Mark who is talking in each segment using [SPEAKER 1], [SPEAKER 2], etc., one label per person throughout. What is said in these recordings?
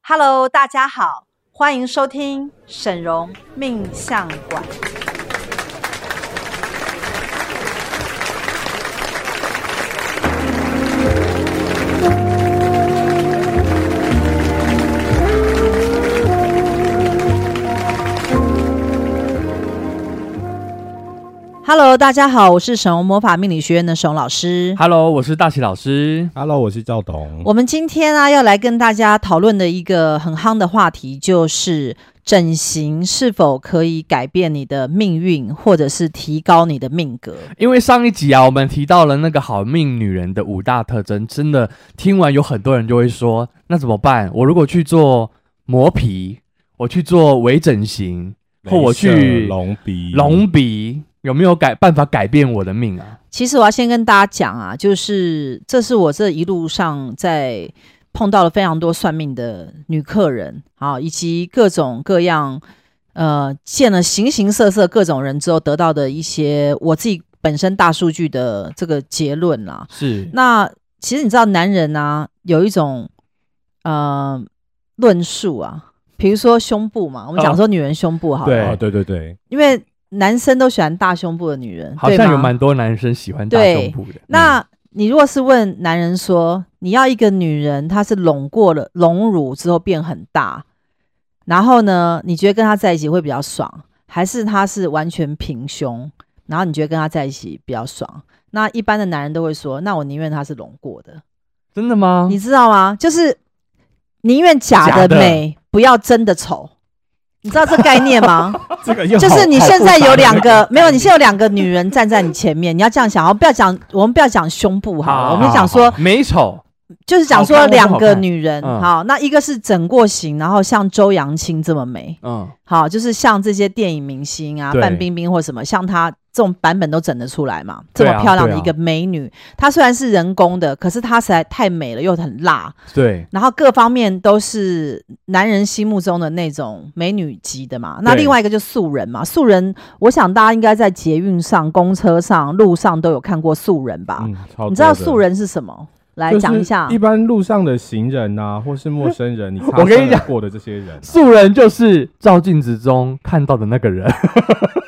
[SPEAKER 1] Hello，大家好，欢迎收听沈荣命相馆。Hello，大家好，我是沈荣魔法命理学院的沈荣老 师。
[SPEAKER 2] Hello，我是大齐老师。
[SPEAKER 3] Hello，我是赵董。
[SPEAKER 1] 我们今天啊，要来跟大家讨论的一个很夯的话题，就是整形是否可以改变你的命运，或者是提高你的命格。
[SPEAKER 2] 因为上一集啊，我们提到了那个好命女人的五大特征，真的听完有很多人就会说，那怎么办？我如果去做磨皮，我去做微整形，或我去
[SPEAKER 3] 隆鼻，
[SPEAKER 2] 隆鼻，有没有改办法改变我的命啊？
[SPEAKER 1] 其实我要先跟大家讲啊，就是这是我这一路上在碰到了非常多算命的女客人啊，以及各种各样呃见了形形色色各种人之后得到的一些我自己本身大数据的这个结论啦、
[SPEAKER 2] 是
[SPEAKER 1] 那其实你知道，男人啊有一种呃论述啊，比如说胸部嘛，我们讲说女人胸部好了，
[SPEAKER 2] 哦啊对
[SPEAKER 3] 哦，对对对，
[SPEAKER 1] 因为男生都喜欢大胸部的女人，
[SPEAKER 2] 好
[SPEAKER 1] 对吗
[SPEAKER 2] 像有蛮多男生喜欢大胸部的。
[SPEAKER 1] 那你如果是问男人说，你要一个女人，她是拢过了隆乳之后变很大，然后呢，你觉得跟她在一起会比较爽，还是她是完全平胸，然后你觉得跟她在一起比较爽？那一般的男人都会说，那我宁愿她是隆过的。
[SPEAKER 2] 真的吗？
[SPEAKER 1] 你知道吗？就是宁愿假
[SPEAKER 2] 假
[SPEAKER 1] 的
[SPEAKER 2] 的
[SPEAKER 1] 美，不要真的丑。你知道这概念 吗？
[SPEAKER 3] 这个
[SPEAKER 1] 就是你现在有两个，没有，你现在有两个女人站在你前面，你要这样想哦，不要讲，我们不要讲胸部好了，我们讲说，
[SPEAKER 2] 美丑，
[SPEAKER 1] 就是讲
[SPEAKER 2] 好
[SPEAKER 1] 说
[SPEAKER 2] 看或不
[SPEAKER 1] 两
[SPEAKER 2] 好
[SPEAKER 1] 个
[SPEAKER 2] 看
[SPEAKER 1] 女人，
[SPEAKER 2] 嗯
[SPEAKER 1] 好，那一个是整过型，然后像周扬青这么美，
[SPEAKER 2] 嗯，
[SPEAKER 1] 好，就是像这些电影明星啊，
[SPEAKER 2] 对
[SPEAKER 1] 范冰冰或什么，像她这种版本都整得出来嘛，这
[SPEAKER 2] 对
[SPEAKER 1] 么
[SPEAKER 2] 啊
[SPEAKER 1] 漂亮
[SPEAKER 2] 对
[SPEAKER 1] 的
[SPEAKER 2] 啊
[SPEAKER 1] 一个美女，她虽然是人工的，可是她实在太美了，又很辣，
[SPEAKER 2] 对，
[SPEAKER 1] 然后各方面都是男人心目中的那种美女级的嘛。那
[SPEAKER 2] 对
[SPEAKER 1] 另外一个就素人嘛，素人，我想大家应该在捷运上、公车上、路上都有看过素人吧？
[SPEAKER 3] 嗯，超多的
[SPEAKER 1] 啊你知道素人是什么？来
[SPEAKER 3] 就是
[SPEAKER 1] 讲一下
[SPEAKER 3] 一。般路上的行人啊，或是陌生人，你擦
[SPEAKER 2] 我跟你
[SPEAKER 3] 身而
[SPEAKER 2] 讲
[SPEAKER 3] 过的这些人，
[SPEAKER 2] 素人就是照镜子中看到的那个人。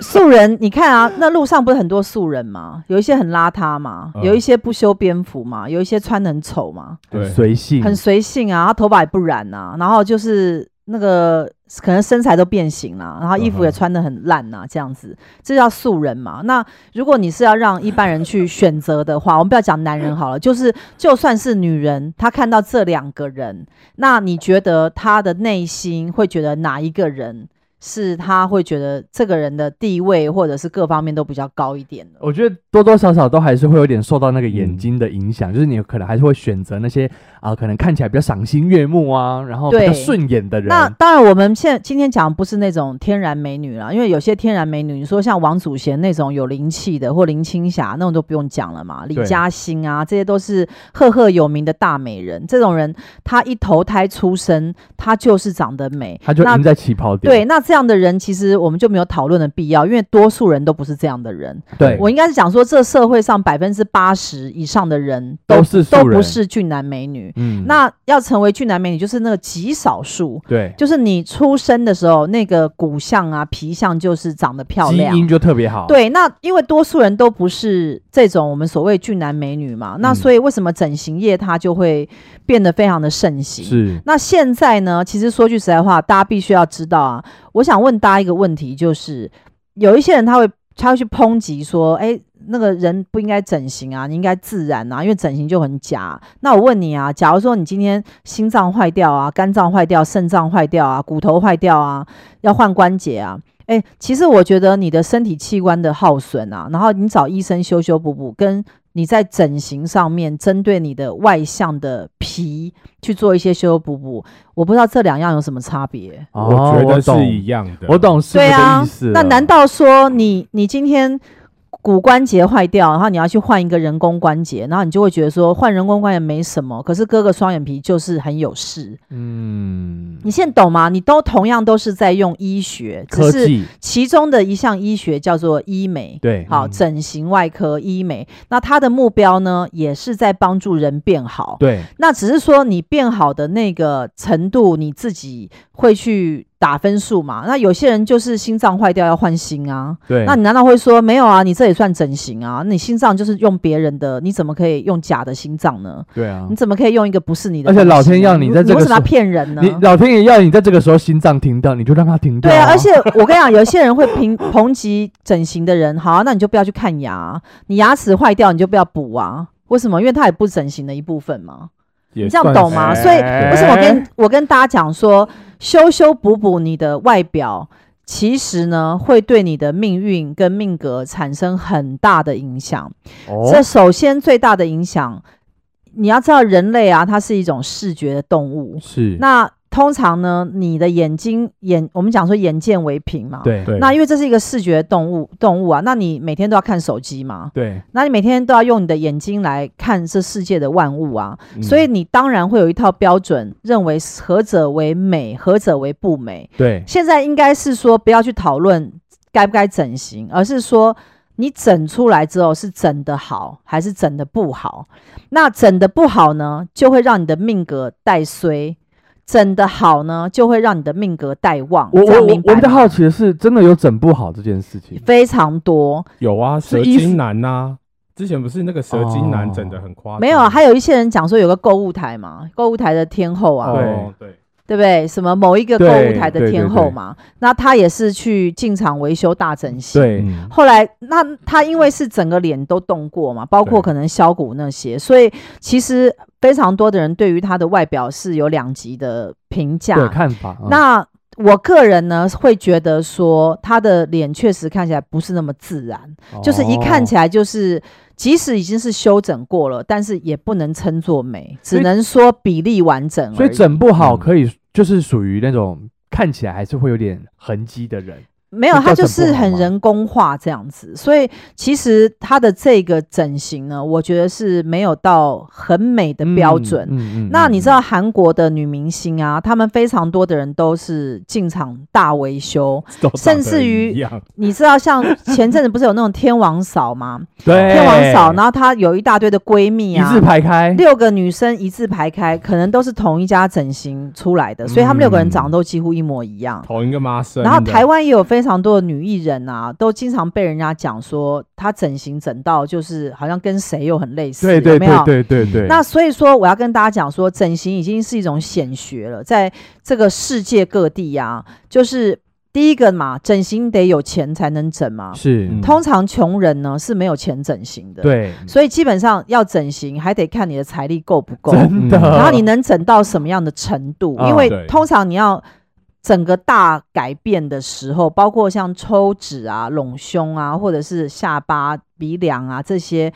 [SPEAKER 1] 素人，你看啊，那路上不是很多素人吗？有一些很邋遢嘛，
[SPEAKER 3] 嗯
[SPEAKER 1] 有一些不修边幅嘛，有一些穿的很丑嘛，
[SPEAKER 3] 对，
[SPEAKER 2] 随性，
[SPEAKER 1] 很随性啊，他头发也不染啊，然后就是那个可能身材都变形啦、然后衣服也
[SPEAKER 3] 嗯哼
[SPEAKER 1] 穿的很烂呐、这样子，这叫素人嘛。那如果你是要让一般人去选择的话， 我们不要讲男人好了，就是就算是女人，她看到这两个人，那你觉得她的内心会觉得哪一个人？是她会觉得这个人的地位或者是各方面都比较高一点的，
[SPEAKER 2] 我觉得多多少少都还是会有点受到那个眼睛的影响，就是你可能还是会选择那些啊、可能看起来比较赏心悦目啊，然后比
[SPEAKER 1] 对
[SPEAKER 2] 较顺眼的人。
[SPEAKER 1] 那当然，我们现今天讲的不是那种天然美女啦，因为有些天然美女，你说像王祖贤那种有灵气的，或林青霞那种都不用讲了嘛，李
[SPEAKER 2] 对
[SPEAKER 1] 嘉欣啊，这些都是赫赫有名的大美人。这种人，她一投胎出生，她就是长得美，
[SPEAKER 2] 他就
[SPEAKER 1] 那
[SPEAKER 2] 赢在起跑点。
[SPEAKER 1] 对，那这样的人其实我们就没有讨论的必要，因为多数人都不是这样的人。
[SPEAKER 2] 对
[SPEAKER 1] 我应该是讲说，这社会上百分之八十以上的人都
[SPEAKER 2] 都是素
[SPEAKER 1] 都
[SPEAKER 2] 人
[SPEAKER 1] 不是俊男美女。
[SPEAKER 2] 嗯
[SPEAKER 1] 那要成为俊男美女，就是那个极少数。
[SPEAKER 2] 对
[SPEAKER 1] 就是你出生的时候，那个骨相啊、皮相就是长得漂
[SPEAKER 2] 基
[SPEAKER 1] 亮。
[SPEAKER 2] 因就特别好。
[SPEAKER 1] 对，那因为多数人都不是这种我们所谓俊男美女嘛，那
[SPEAKER 2] 嗯
[SPEAKER 1] 所以为什么整形业它就会变得非常的盛行？
[SPEAKER 2] 是
[SPEAKER 1] 那现在呢，其实说句实在话，大家必须要知道啊，我想问大家一个问题，就是有一些人他会他会去抨击说，哎、那个人不应该整形啊，你应该自然啊，因为整形就很假。那我问你啊，假如说你今天心脏坏掉啊，肝脏坏掉，肾脏坏掉啊，骨头坏掉啊，要换关节啊。哎、其实我觉得你的身体器官的耗损啊，然后你找医生修修补补，跟你在整形上面针对你的外向的皮去做一些修修补补，我不知道这两样有什么差别。
[SPEAKER 2] 哦
[SPEAKER 3] 我觉得
[SPEAKER 2] 我懂
[SPEAKER 3] 是一样的。
[SPEAKER 2] 我懂师傅
[SPEAKER 1] 对
[SPEAKER 2] 的
[SPEAKER 1] 啊
[SPEAKER 2] 意思，了。
[SPEAKER 1] 那难道说你你今天骨关节坏掉，然后你要去换一个人工关节，然后你就会觉得说换人工关节没什么，可是割个双眼皮就是很有事。
[SPEAKER 2] 嗯，
[SPEAKER 1] 你现在懂吗？你都同样都是在用医学，只
[SPEAKER 2] 科
[SPEAKER 1] 是
[SPEAKER 2] 技
[SPEAKER 1] 其中的一项医学叫做医美。
[SPEAKER 2] 对，
[SPEAKER 1] 好，
[SPEAKER 2] 嗯
[SPEAKER 1] 整形外科医美，那它的目标呢，也是在帮助人变好。
[SPEAKER 2] 对，
[SPEAKER 1] 那只是说你变好的那个程度，你自己会去打分数嘛？那有些人就是心脏坏掉要换心啊，
[SPEAKER 2] 对，
[SPEAKER 1] 那你难道会说没有啊？你这也算整形啊？你心脏就是用别人的，你怎么可以用假的心脏呢？
[SPEAKER 2] 对啊
[SPEAKER 1] 你，怎么可以用一个不是你的
[SPEAKER 2] 而
[SPEAKER 1] 东西
[SPEAKER 2] 且
[SPEAKER 1] 呢？
[SPEAKER 2] 老天要你在
[SPEAKER 1] 你
[SPEAKER 2] 这个
[SPEAKER 1] 为什么要
[SPEAKER 2] 时候
[SPEAKER 1] 骗人呢？
[SPEAKER 2] 你啊老天爷要你在这个时候心脏停掉，你就让它停掉
[SPEAKER 1] 对
[SPEAKER 2] 啊。
[SPEAKER 1] 啊，而且我跟你讲，有些人会评抨击整形的人，好、啊，那你就不要去看牙啊，你牙齿坏掉你就不要补啊。为什么？因为它也不是整形的一部分嘛，
[SPEAKER 3] 也
[SPEAKER 1] 你这样
[SPEAKER 3] 算
[SPEAKER 1] 懂
[SPEAKER 3] 是
[SPEAKER 1] 吗？
[SPEAKER 2] 哎
[SPEAKER 1] 所以为什么我跟我跟大家讲说，修修补补你的外表，其实呢会对你的命运跟命格产生很大的影响。这
[SPEAKER 2] 哦，
[SPEAKER 1] 首先最大的影响，你要知道，人类啊，它是一种视觉的动物，
[SPEAKER 2] 是
[SPEAKER 1] 那通常呢，你的眼睛眼，我们讲说眼见为凭嘛。。
[SPEAKER 2] 对
[SPEAKER 3] 对，
[SPEAKER 1] 那因为这是一个视觉动物动物啊，那你每天都要看手机嘛，
[SPEAKER 2] 对
[SPEAKER 1] 那你每天都要用你的眼睛来看这世界的万物啊，
[SPEAKER 3] 嗯
[SPEAKER 1] 所以你当然会有一套标准，认为何者为美，何者为不美。
[SPEAKER 2] 对
[SPEAKER 1] 现在应该是说不要去讨论该不该整形，而是说你整出来之后是整的好还是整的不好。那整的不好呢，就会让你的命格带衰；整的好呢，就会让你的命格带旺。
[SPEAKER 2] 我
[SPEAKER 1] 这
[SPEAKER 2] 我
[SPEAKER 1] 样
[SPEAKER 2] 我
[SPEAKER 1] 明
[SPEAKER 2] 我
[SPEAKER 1] 白
[SPEAKER 2] 比较
[SPEAKER 1] 吗
[SPEAKER 2] 好奇的是，真的有整不好这件事情。
[SPEAKER 1] 非常多，
[SPEAKER 3] 有啊，
[SPEAKER 2] 是
[SPEAKER 3] 蛇
[SPEAKER 2] 衣服
[SPEAKER 3] 精男呐，之前不是那个蛇精男整的很夸张，
[SPEAKER 1] 没有啊，还有一些人讲说有个购物台嘛，购物台的天后啊，
[SPEAKER 3] 哦对
[SPEAKER 1] 对不对？什么某一个购
[SPEAKER 2] 对
[SPEAKER 1] 物台的
[SPEAKER 2] 对
[SPEAKER 1] 天
[SPEAKER 2] 对
[SPEAKER 1] 后
[SPEAKER 2] 对
[SPEAKER 1] 嘛，那她也是去进场维修大整形。
[SPEAKER 2] 对，
[SPEAKER 3] 嗯
[SPEAKER 1] 后来，那他因为是整个脸都动过嘛，包括
[SPEAKER 3] 对
[SPEAKER 1] 可能削骨那些，所以其实非常多的人对于他的外表是有两极的评价。
[SPEAKER 2] 的看法。嗯
[SPEAKER 1] 那我个人呢，会觉得说他的脸确实看起来不是那么自然，
[SPEAKER 2] 哦
[SPEAKER 3] 哦
[SPEAKER 1] 就是一看起来就是，即使已经是修整过了，但是也不能称作美，只
[SPEAKER 2] 所以
[SPEAKER 1] 能说比例完整而已。
[SPEAKER 2] 所以整不好
[SPEAKER 3] 嗯
[SPEAKER 2] 可以就是属于那种看起来还是会有点痕迹的人。
[SPEAKER 1] 没有，
[SPEAKER 2] 那
[SPEAKER 1] 它就
[SPEAKER 2] 叫整不
[SPEAKER 1] 是
[SPEAKER 2] 好
[SPEAKER 1] 很
[SPEAKER 2] 吗
[SPEAKER 1] 人工化这样子，所以其实它的这个整形呢，我觉得是没有到很美的标准。
[SPEAKER 2] 嗯嗯嗯
[SPEAKER 1] 那你知道
[SPEAKER 2] 嗯
[SPEAKER 1] 韩国的女明星啊，她们非常多的人都是进场大维修。
[SPEAKER 3] 都长
[SPEAKER 1] 甚至
[SPEAKER 3] 得
[SPEAKER 1] 于
[SPEAKER 3] 一样
[SPEAKER 1] 你知道， 像前阵子不是有那种天王嫂吗？
[SPEAKER 2] 对
[SPEAKER 1] 天王嫂，然后她有一大堆的闺蜜
[SPEAKER 2] 哎一
[SPEAKER 1] 啊
[SPEAKER 2] 字，排开，
[SPEAKER 1] 六个女生一字排开，可能都是同一家整形出来的，所以她们六个人长得都几乎一模一样。
[SPEAKER 3] 同一个妈生的，
[SPEAKER 1] 然后台湾也有非常多的女艺人啊，都经常被人家讲说她整形整到就是好像跟谁又很类似，
[SPEAKER 2] 对对
[SPEAKER 1] 有没有
[SPEAKER 2] 对？对对对。
[SPEAKER 1] 那所以说，我要跟大家讲说，整形已经是一种显学了，在这个世界各地呀、就是第一个嘛，整形得有钱才能整嘛。
[SPEAKER 2] 是
[SPEAKER 3] 嗯
[SPEAKER 1] 通常穷人呢是没有钱整形的，，
[SPEAKER 2] 对，
[SPEAKER 1] 所以基本上要整形还得看你的财力够不够。
[SPEAKER 2] 真的。
[SPEAKER 3] 嗯
[SPEAKER 1] 然后你能整到什么样的程度？
[SPEAKER 2] 呃啊
[SPEAKER 1] 因为
[SPEAKER 3] 对
[SPEAKER 1] 通常你要整个大改变的时候，包括像抽脂啊、隆胸啊，或者是下巴、鼻梁啊这些，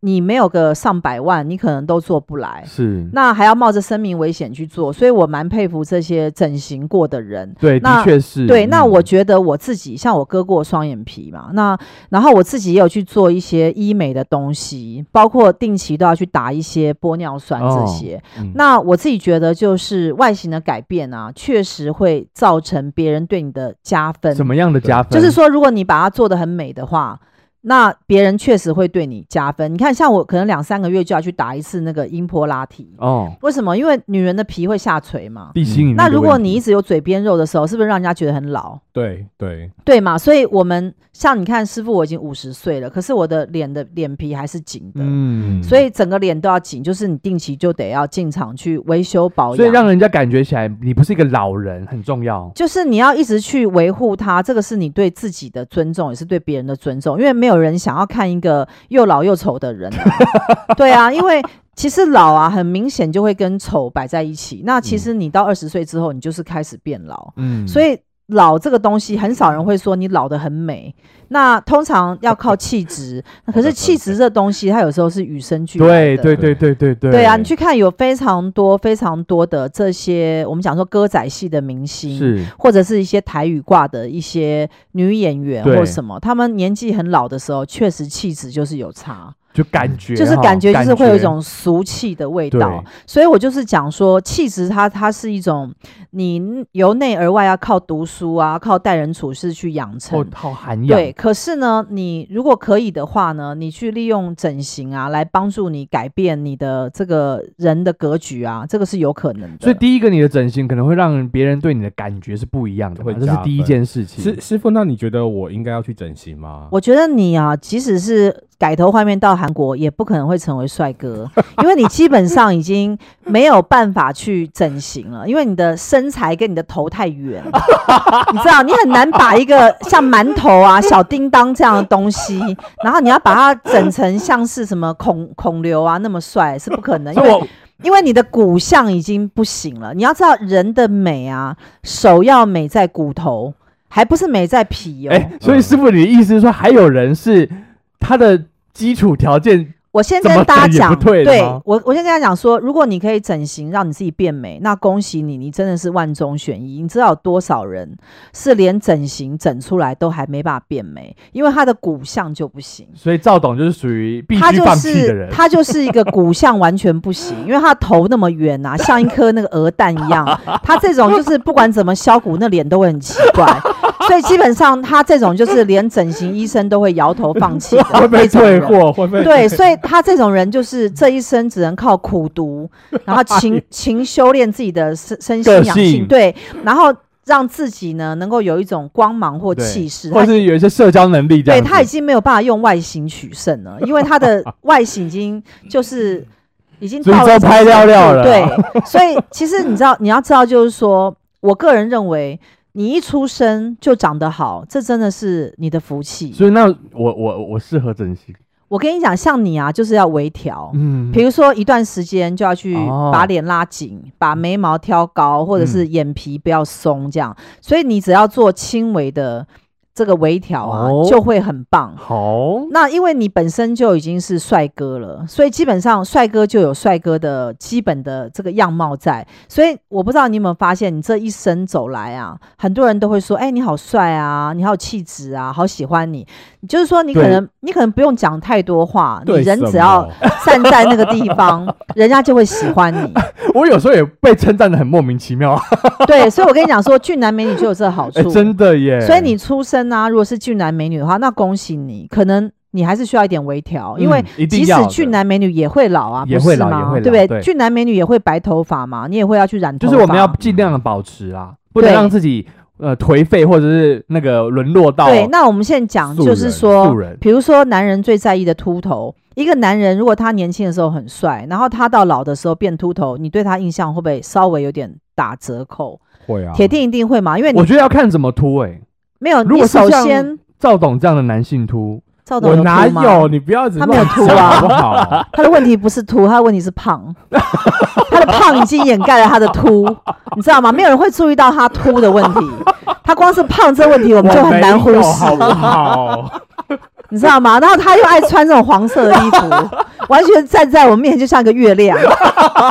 [SPEAKER 1] 你没有个上百万，你可能都做不来。
[SPEAKER 2] 是
[SPEAKER 1] 那还要冒着生命危险去做，所以我蛮佩服这些整形过的人。
[SPEAKER 2] 对，
[SPEAKER 1] 那
[SPEAKER 2] 的确是。
[SPEAKER 1] 对，那
[SPEAKER 2] 嗯
[SPEAKER 1] 我觉得我自己，像我割过双眼皮嘛，那然后我自己也有去做一些医美的东西，包括定期都要去打一些玻尿酸这
[SPEAKER 2] 哦
[SPEAKER 1] 些。
[SPEAKER 3] 嗯
[SPEAKER 1] 那我自己觉得，就是外形的改变啊，确实会造成别人对你的加分。
[SPEAKER 2] 什么样的加分？
[SPEAKER 1] 就是说，如果你把它做得很美的话，那别人确实会对你加分。你看，像我可能两三个月就要去打一次那个音波拉提，
[SPEAKER 2] 哦，
[SPEAKER 1] 为什么？因为女人的皮会下垂嘛。
[SPEAKER 2] 地心引力的
[SPEAKER 1] 那
[SPEAKER 2] 问题。
[SPEAKER 1] 如果你一直有嘴边肉的时候，是不是让人家觉得很老？
[SPEAKER 3] 对对
[SPEAKER 1] 对嘛？所以我们像你看，师傅我已经五十岁了，可是我的脸的脸皮还是紧的。
[SPEAKER 2] 嗯，
[SPEAKER 1] 所以整个脸都要紧，就是你定期就得要进场去维修保养，
[SPEAKER 2] 所以让人家感觉起来你不是一个老人，很重要。
[SPEAKER 1] 就是你要一直去维护它，这个是你对自己的尊重，也是对别人的尊重，因为没有人想要看一个又老又丑的人、啊。 对啊，因为其实老啊，很明显就会跟丑摆在一起。那其实你到二十岁之后，你就是开始变老，
[SPEAKER 2] 嗯
[SPEAKER 1] 所以老这个东西，很少人会说你老得很美。那通常要靠气 质，那可是气质这东西，它有时候是与生俱来
[SPEAKER 2] 对
[SPEAKER 1] 的。
[SPEAKER 2] 对对对对对，
[SPEAKER 1] 对啊，你去看有非常多非常多的这些，我们讲说歌仔戏的明星，
[SPEAKER 2] 是
[SPEAKER 1] 或者是一些台语挂的一些女演员
[SPEAKER 2] 对
[SPEAKER 1] 或什么，她们年纪很老的时候，确实气质就是有差，
[SPEAKER 2] 就感觉
[SPEAKER 1] 就是
[SPEAKER 2] 哈
[SPEAKER 1] 感觉就是会有一种俗气的味道。所以我就是讲说，气质它它是一种你由内而外要靠读书啊，靠待人处事去养
[SPEAKER 2] 对后
[SPEAKER 1] 成。
[SPEAKER 2] 好涵养，
[SPEAKER 1] 对，可是呢，你如果可以的话呢，你去利用整形啊，来帮助你改变你的这个人的格局啊，这个是有可能的。
[SPEAKER 2] 所以第一个，你的整形可能会让别人对你的感觉是不一样的嘛，
[SPEAKER 3] 会
[SPEAKER 2] 这是
[SPEAKER 3] 加
[SPEAKER 2] 第一
[SPEAKER 3] 分
[SPEAKER 2] 件事情。
[SPEAKER 3] 师师傅，那你觉得我应该要去整形吗？
[SPEAKER 1] 我觉得你啊，即使是改头换面到韩国，也不可能会成为帅 哥，因为你基本上已经没有办法去整形了，因为你的身材跟你的头太圆， 你知道，你很难把一个像馒头啊、小叮当这样的东西，然后你要把它整成像是什么孔孔刘啊那么帅是不可能，因
[SPEAKER 2] 所以
[SPEAKER 1] 为
[SPEAKER 2] 我
[SPEAKER 1] 因为你的骨相已经不行了。你要知道，人的美啊，首要美在骨头，还不是美在皮哦。
[SPEAKER 2] 哎、
[SPEAKER 3] 嗯
[SPEAKER 2] 所以师傅，你的意思是说，还有人是他的基础条件
[SPEAKER 1] 我先
[SPEAKER 2] 怎么
[SPEAKER 1] 跟大家
[SPEAKER 2] 整也
[SPEAKER 1] 讲，
[SPEAKER 2] 不对了吗
[SPEAKER 1] 我我先跟大家讲说，如果你可以整形让你自己变美，那恭喜你，你真的是万中选一。你知道有多少人是连整形整出来都还没办法变美，因为他的骨相就不行。
[SPEAKER 2] 所以赵董就是属于必
[SPEAKER 1] 他
[SPEAKER 2] 须
[SPEAKER 1] 就
[SPEAKER 2] 放弃的
[SPEAKER 1] 是
[SPEAKER 2] 人，
[SPEAKER 1] 他就是一个骨相完全不行，因为他的头那么圆啊，像一颗那个鹅蛋一样。 他这种就是不管怎么削骨，那脸都会很奇怪。所以基本上他这种就是连整形医生都会摇头放弃 的
[SPEAKER 2] 会被
[SPEAKER 1] 那种
[SPEAKER 2] 退
[SPEAKER 1] 人
[SPEAKER 2] 货，会 被
[SPEAKER 1] 对，所以他这种人就是这一生只能靠苦读，然后 勤勤修炼自己的身身心
[SPEAKER 2] 个
[SPEAKER 1] 养
[SPEAKER 2] 性
[SPEAKER 1] 性，对，然后让自己呢能够有一种光芒或
[SPEAKER 2] 对
[SPEAKER 1] 气势。
[SPEAKER 2] 或
[SPEAKER 1] 他
[SPEAKER 2] 是有一些社交能力这
[SPEAKER 1] 对
[SPEAKER 2] 样
[SPEAKER 1] 他已
[SPEAKER 2] 子。
[SPEAKER 1] 经没有办法用外形取胜了，因为他的外形已经 就是已经
[SPEAKER 2] 所以
[SPEAKER 1] 到了
[SPEAKER 2] 招拍
[SPEAKER 1] 这种
[SPEAKER 2] 料
[SPEAKER 1] 程度
[SPEAKER 2] 料了
[SPEAKER 1] 对，所以其实你知道，你要知道，就是说我个人认为，你一出生就长得好，这真的是你的福气。
[SPEAKER 2] 所以那我我我适合整形，
[SPEAKER 1] 我跟你讲，像你啊，就是要微调。
[SPEAKER 2] 嗯，
[SPEAKER 1] 比如说一段时间就要去
[SPEAKER 2] 哦嗯
[SPEAKER 1] 把脸拉紧，把眉毛挑高，或者是眼皮不要松，这样。所以你只要做轻微的这个微调啊，
[SPEAKER 2] 哦
[SPEAKER 1] 就会很棒。
[SPEAKER 2] 好，
[SPEAKER 1] 那因为你本身就已经是帅哥了，所以基本上帅哥就有帅哥的基本的这个样貌在。所以我不知道你有没有发现，你这一生走来啊，很多人都会说：“哎、你好帅啊，你好有气质啊，好喜欢你。”就是说，你可
[SPEAKER 2] 对
[SPEAKER 1] 能你可能不用讲太多话，你
[SPEAKER 3] 对
[SPEAKER 1] 人
[SPEAKER 3] 什
[SPEAKER 1] 只要
[SPEAKER 3] 么
[SPEAKER 1] 站在那个地方，人家就会喜欢 你。
[SPEAKER 2] 我有时候也被称赞的很莫名其妙，
[SPEAKER 1] 对，所以我跟你讲说，俊男美女就有这个好
[SPEAKER 2] 哎、
[SPEAKER 1] 处。
[SPEAKER 2] 真的耶。
[SPEAKER 1] 所以你出生啊，如果是俊男美女的话，那恭喜你，可能你还是需要一点微调，因为
[SPEAKER 2] 嗯一定
[SPEAKER 1] 即使
[SPEAKER 2] 要的
[SPEAKER 1] 俊男美女也会老啊，
[SPEAKER 2] 也
[SPEAKER 1] 不
[SPEAKER 2] 会
[SPEAKER 1] 是
[SPEAKER 2] 老也
[SPEAKER 1] 吗
[SPEAKER 2] 会
[SPEAKER 1] 对不对？
[SPEAKER 2] 老对
[SPEAKER 1] 俊男美女也会白头发嘛，你也会要去染头
[SPEAKER 2] 就
[SPEAKER 1] 发。
[SPEAKER 2] 是我们要尽量的保持啦，不能
[SPEAKER 1] 对
[SPEAKER 2] 让自己呃颓废或者是那个沦落到
[SPEAKER 1] 对，那我们现在讲
[SPEAKER 3] 素
[SPEAKER 1] 就是
[SPEAKER 3] 人
[SPEAKER 1] 说
[SPEAKER 2] 素人，
[SPEAKER 1] 比如说男人最在意的秃头。一个男人如果他年轻的时候很帅，然后他到老的时候变秃头，你对他印象会不会稍微有点打折扣？
[SPEAKER 3] 会啊，
[SPEAKER 1] 铁定一定会嘛，因为你
[SPEAKER 2] 我觉得要看怎么秃哎、
[SPEAKER 1] 没有，
[SPEAKER 2] 如果
[SPEAKER 1] 你
[SPEAKER 2] 是
[SPEAKER 1] 首
[SPEAKER 2] 像
[SPEAKER 1] 先
[SPEAKER 2] 赵董这样的男性秃，
[SPEAKER 1] 赵董
[SPEAKER 3] 我哪
[SPEAKER 1] 秃吗
[SPEAKER 3] 有？你不要只
[SPEAKER 1] 他没有
[SPEAKER 3] 乱
[SPEAKER 1] 秃
[SPEAKER 3] 讲
[SPEAKER 1] 啊
[SPEAKER 3] 好不好？
[SPEAKER 1] 他的问题不是 秃，他的问题是胖，他的胖已经掩盖了他的秃，你知道吗？没有人会注意到他秃的问 题，他光是胖这问 题我们就很难忽
[SPEAKER 3] 我没有好
[SPEAKER 1] 视，
[SPEAKER 3] 不好？
[SPEAKER 1] 你知道吗？然后他又爱穿这种黄色的衣 服，完全站在我面前就像个月亮。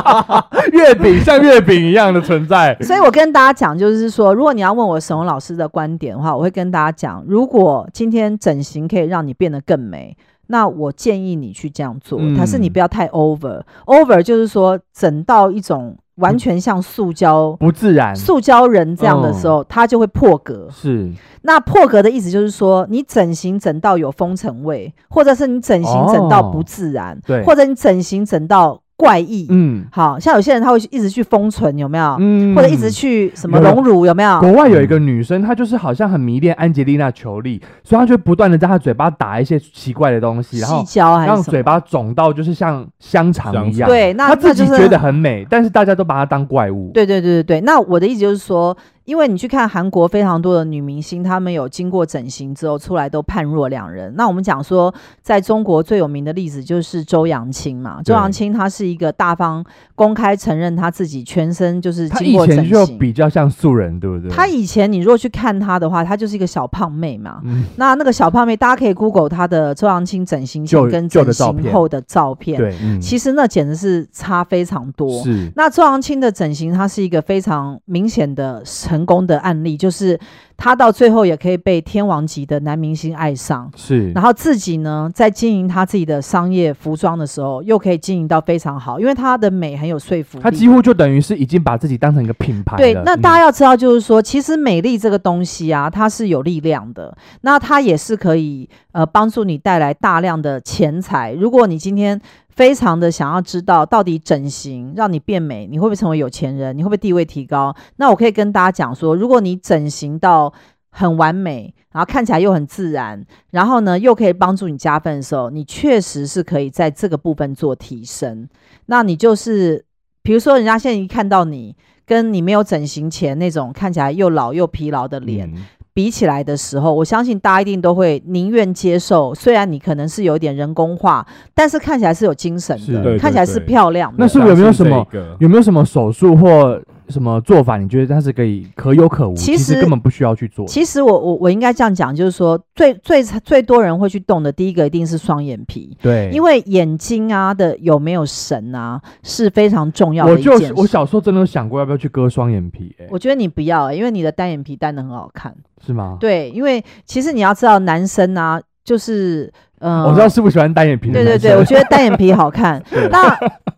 [SPEAKER 2] 月饼像月饼一样的存在。
[SPEAKER 1] 所以我跟大家讲，就是说，如果你要问我沈宏老师的观点的话，我会跟大家讲，如果今天整形可以让你变得更美。那我建议你去这样做，
[SPEAKER 2] 嗯
[SPEAKER 1] 但是你不要太 over。over 就是说整到一种完全像塑胶、
[SPEAKER 2] 不自然
[SPEAKER 1] 塑胶人这样的时候，它就会破格。
[SPEAKER 2] 是
[SPEAKER 1] 那破格的意思就是说，你整形整到有风尘味，或者是你整形整到不自然，
[SPEAKER 2] 对，
[SPEAKER 1] 或者你整形整到怪异。
[SPEAKER 2] 嗯
[SPEAKER 1] 好像有些人他会一直去封唇，有没有？
[SPEAKER 2] 嗯
[SPEAKER 1] 或者一直。去什么
[SPEAKER 2] 有有
[SPEAKER 1] 隆乳，有没有？
[SPEAKER 2] 国外有一个女生，她就是好像很迷恋安吉丽娜·裘丽，所以她就不断的在她嘴巴打一些奇怪的东西，然
[SPEAKER 1] 细
[SPEAKER 2] 后
[SPEAKER 1] 胶还
[SPEAKER 2] 让
[SPEAKER 1] 是什
[SPEAKER 2] 嘴
[SPEAKER 1] 么？
[SPEAKER 2] 巴肿到就是像香肠一样。
[SPEAKER 3] 香肠
[SPEAKER 1] 对那
[SPEAKER 2] 她自
[SPEAKER 1] 那
[SPEAKER 2] 己
[SPEAKER 1] 就是
[SPEAKER 2] 觉得很美，但是大家都把她当怪物。
[SPEAKER 1] 对对对对对。那我的意思就是说，因为你去看韩国非常多的女明星，她们有经过整形之后出来都判若两人。那我们讲说，在中国最有名的例子就是周扬青嘛。周扬青她是一个大方公开承认她自己全身就是
[SPEAKER 2] 他
[SPEAKER 1] 经
[SPEAKER 2] 以
[SPEAKER 1] 过整
[SPEAKER 2] 前就
[SPEAKER 1] 形。
[SPEAKER 2] 比较像素人，对不对？
[SPEAKER 1] 她以前你若去看她的话，她就是一个小胖妹嘛。
[SPEAKER 2] 嗯
[SPEAKER 1] 那那个小胖妹，大家可以 Google 她的周扬青整形前
[SPEAKER 2] 旧
[SPEAKER 1] 跟
[SPEAKER 2] 旧
[SPEAKER 1] 整
[SPEAKER 2] 的照
[SPEAKER 1] 形
[SPEAKER 2] 片
[SPEAKER 1] 后的照片。
[SPEAKER 2] 对，
[SPEAKER 3] 嗯
[SPEAKER 1] 其实那简直是差非常多。
[SPEAKER 2] 是
[SPEAKER 1] 那周扬青的整形，它是一个非常明显的成功的案例，就是她到最后也可以被天王级的男明星爱上，
[SPEAKER 2] 是
[SPEAKER 1] 然后自己呢在经营她自己的商业服装的时候，又可以经营到非常好，因为她的美很有说服
[SPEAKER 2] 他
[SPEAKER 1] 力
[SPEAKER 2] 几。乎就等于是已经把自己当成一个品牌了。嗯
[SPEAKER 1] 对，那大
[SPEAKER 2] 家、
[SPEAKER 1] 家要知道，就是说，其实美丽这个东西啊，它是有力量的，那它也是可以呃帮助你带来大量的钱财。如果你今天非常的想要知道到底整形让你变美，你会不会成为有钱人？你会不会地位提高？那我可以跟大家讲说，如果你整形到很完美，然后看起来又很自然，然后呢又可以帮助你加分的时候，你确实是可以在这个部分做提升。那你就是，比如说人家现在一看到你跟你没有整形前那种看起来又老又疲劳的脸，
[SPEAKER 2] 嗯
[SPEAKER 1] 比起来的时候，我相信大家一定都会宁愿接受，虽然你可能是有点人工化，但是看起来是有精神
[SPEAKER 2] 是
[SPEAKER 1] 的，
[SPEAKER 2] 对
[SPEAKER 1] 看起来是漂亮的。
[SPEAKER 2] 那是不是有没有什么
[SPEAKER 3] 相信啊这个
[SPEAKER 2] 有没有什么手术或什么做法？你觉得它是可以可有可无？
[SPEAKER 1] 其
[SPEAKER 2] 其
[SPEAKER 1] 实
[SPEAKER 2] 根本不需要去做。
[SPEAKER 1] 其实我我我应该这样讲，就是说最最最多人会去动的第一个一定是双眼皮，
[SPEAKER 2] 对，
[SPEAKER 1] 因为眼睛啊的有没有神啊是非常重要
[SPEAKER 2] 我
[SPEAKER 1] 的一
[SPEAKER 2] 就
[SPEAKER 1] 件事。
[SPEAKER 2] 是我小时候真的有想过要不要去割双眼皮、欸，
[SPEAKER 1] 我觉得你不要、因为你的单眼皮单的很好看。
[SPEAKER 2] 是吗？
[SPEAKER 1] 对，因为其实你要知道，男生啊，就是嗯，呃
[SPEAKER 2] 哦我知道师傅喜欢单眼皮的
[SPEAKER 1] 对对
[SPEAKER 2] 男生，。
[SPEAKER 1] 对，我觉得单眼皮好看
[SPEAKER 2] 对
[SPEAKER 1] 那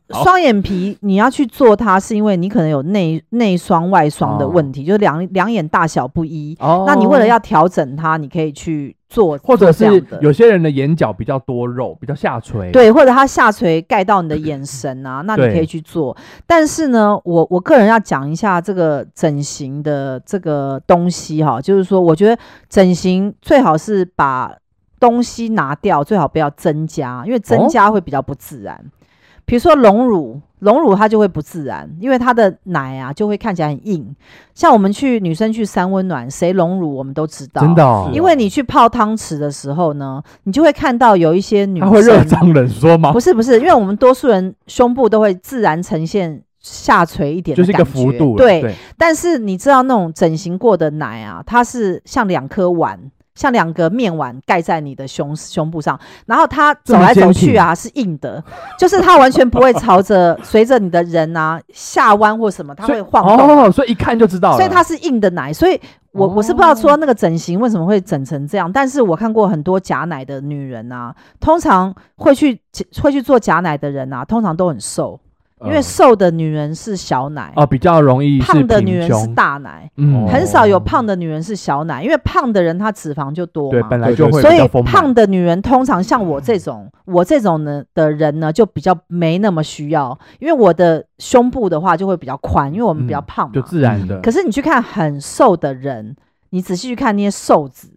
[SPEAKER 1] 双眼皮你要去做它，是因为你可能有内内双外双的问题，就是两两眼大小不一。
[SPEAKER 2] 哦
[SPEAKER 1] 那你为了要调整它，你可以去做，
[SPEAKER 2] 或者是
[SPEAKER 1] 做这样的
[SPEAKER 2] 有些人的眼角比较多肉，比较下垂，，
[SPEAKER 1] 对，或者它下垂盖到你的眼神 啊，那你
[SPEAKER 2] 对
[SPEAKER 1] 可以去做。但是呢，我我个人要讲一下这个整形的这个东西哈，就是说，我觉得整形最好是把东西拿掉，最好不要增加，因为增
[SPEAKER 2] 哦
[SPEAKER 1] 加会比较不自然。比如说隆乳，隆乳它就会不自然，因为它的奶啊就会看起来很硬。像我们去女生去三温暖，谁隆乳我们都知道，
[SPEAKER 2] 真的、哦
[SPEAKER 3] 是，
[SPEAKER 1] 因为你去泡汤池的时候呢，你就会看到有一些女
[SPEAKER 2] 他会热
[SPEAKER 1] 生
[SPEAKER 2] 胀冷缩吗
[SPEAKER 1] 不？是不是，因为我们多数人胸部都会自然呈现下垂一点的
[SPEAKER 2] 就是一个
[SPEAKER 1] 感
[SPEAKER 2] 幅
[SPEAKER 1] 觉
[SPEAKER 2] 度了，
[SPEAKER 1] 对。
[SPEAKER 2] 对，
[SPEAKER 1] 但是你知道那种整形过的奶啊，它是像两颗碗，像两个面碗盖在你的胸胸部上，然后它走
[SPEAKER 2] 这么
[SPEAKER 1] 来走
[SPEAKER 2] 坚
[SPEAKER 1] 去啊是硬 的，就是它完全不会朝着随着你的人啊下弯或什么，它
[SPEAKER 2] 所
[SPEAKER 1] 会
[SPEAKER 2] 以
[SPEAKER 1] 晃动，
[SPEAKER 2] 哦，所以一看就知道了，哦
[SPEAKER 1] 所以它是硬的奶，所以。我我是不知道说那个整形为什么会整成这样，但是我看过很多假奶的女人啊，通常会去会去做假奶的人啊，通常都很瘦，因为
[SPEAKER 3] 嗯
[SPEAKER 1] 瘦的女人是小奶，
[SPEAKER 2] 哦比较容易是
[SPEAKER 1] 胖的
[SPEAKER 2] 平
[SPEAKER 1] 女人是
[SPEAKER 2] 胸，
[SPEAKER 1] 大奶，
[SPEAKER 2] 嗯
[SPEAKER 1] 很少有胖的女人是小奶，因为胖的人她脂肪就多
[SPEAKER 2] 对，
[SPEAKER 1] 嘛。
[SPEAKER 2] 本来就会
[SPEAKER 1] 所
[SPEAKER 2] 比较
[SPEAKER 1] 以
[SPEAKER 2] 丰满嗯
[SPEAKER 1] 胖的女人通常像我这种，我这种呢的人呢，就比较没那么需要，因为我的胸部的话就会比较宽，因为我们比较
[SPEAKER 2] 嗯
[SPEAKER 1] 胖嘛。
[SPEAKER 2] 就自然的，
[SPEAKER 1] 可是你去看很瘦的人，你仔细去看那些瘦子，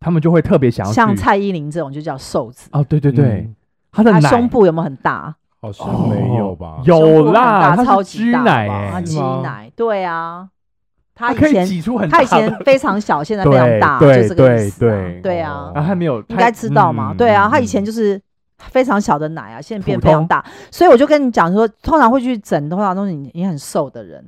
[SPEAKER 2] 他们就会特别想要
[SPEAKER 1] 像
[SPEAKER 2] 去
[SPEAKER 1] 蔡依林这种就叫瘦子，
[SPEAKER 2] 哦，对对对，
[SPEAKER 3] 嗯
[SPEAKER 2] 他的
[SPEAKER 1] 她
[SPEAKER 2] 奶
[SPEAKER 1] 胸部有没有很大？
[SPEAKER 3] 好像没有吧？
[SPEAKER 2] 哦
[SPEAKER 1] 胸部
[SPEAKER 2] 有
[SPEAKER 1] 很
[SPEAKER 2] 啦，
[SPEAKER 1] 大
[SPEAKER 2] 它
[SPEAKER 1] 超
[SPEAKER 2] 是
[SPEAKER 1] 级
[SPEAKER 2] 居
[SPEAKER 1] 大
[SPEAKER 2] 奶
[SPEAKER 3] 吧
[SPEAKER 2] 欸
[SPEAKER 1] 啊，
[SPEAKER 3] 是
[SPEAKER 1] 挤
[SPEAKER 3] 吗
[SPEAKER 1] 奶，对啊，他
[SPEAKER 2] 它
[SPEAKER 1] 以
[SPEAKER 2] 可以
[SPEAKER 1] 前
[SPEAKER 2] 挤出很大
[SPEAKER 1] 他
[SPEAKER 2] 的，
[SPEAKER 1] 以前非常小， 现在非
[SPEAKER 2] 对
[SPEAKER 1] 常大，就
[SPEAKER 2] 对
[SPEAKER 1] 这个意
[SPEAKER 2] 对
[SPEAKER 1] 思啊
[SPEAKER 2] 对，
[SPEAKER 1] 对啊
[SPEAKER 3] 哦，
[SPEAKER 2] 然后还没有，
[SPEAKER 1] 应
[SPEAKER 2] 它
[SPEAKER 1] 该知道嘛，
[SPEAKER 2] 嗯
[SPEAKER 1] 对啊，
[SPEAKER 2] 嗯
[SPEAKER 1] 他以前就是。非常小的奶啊，现在变
[SPEAKER 2] 普
[SPEAKER 1] 非常
[SPEAKER 2] 通
[SPEAKER 1] 大，所以我就跟你讲说，通常会去整，通常都是你你很瘦的人，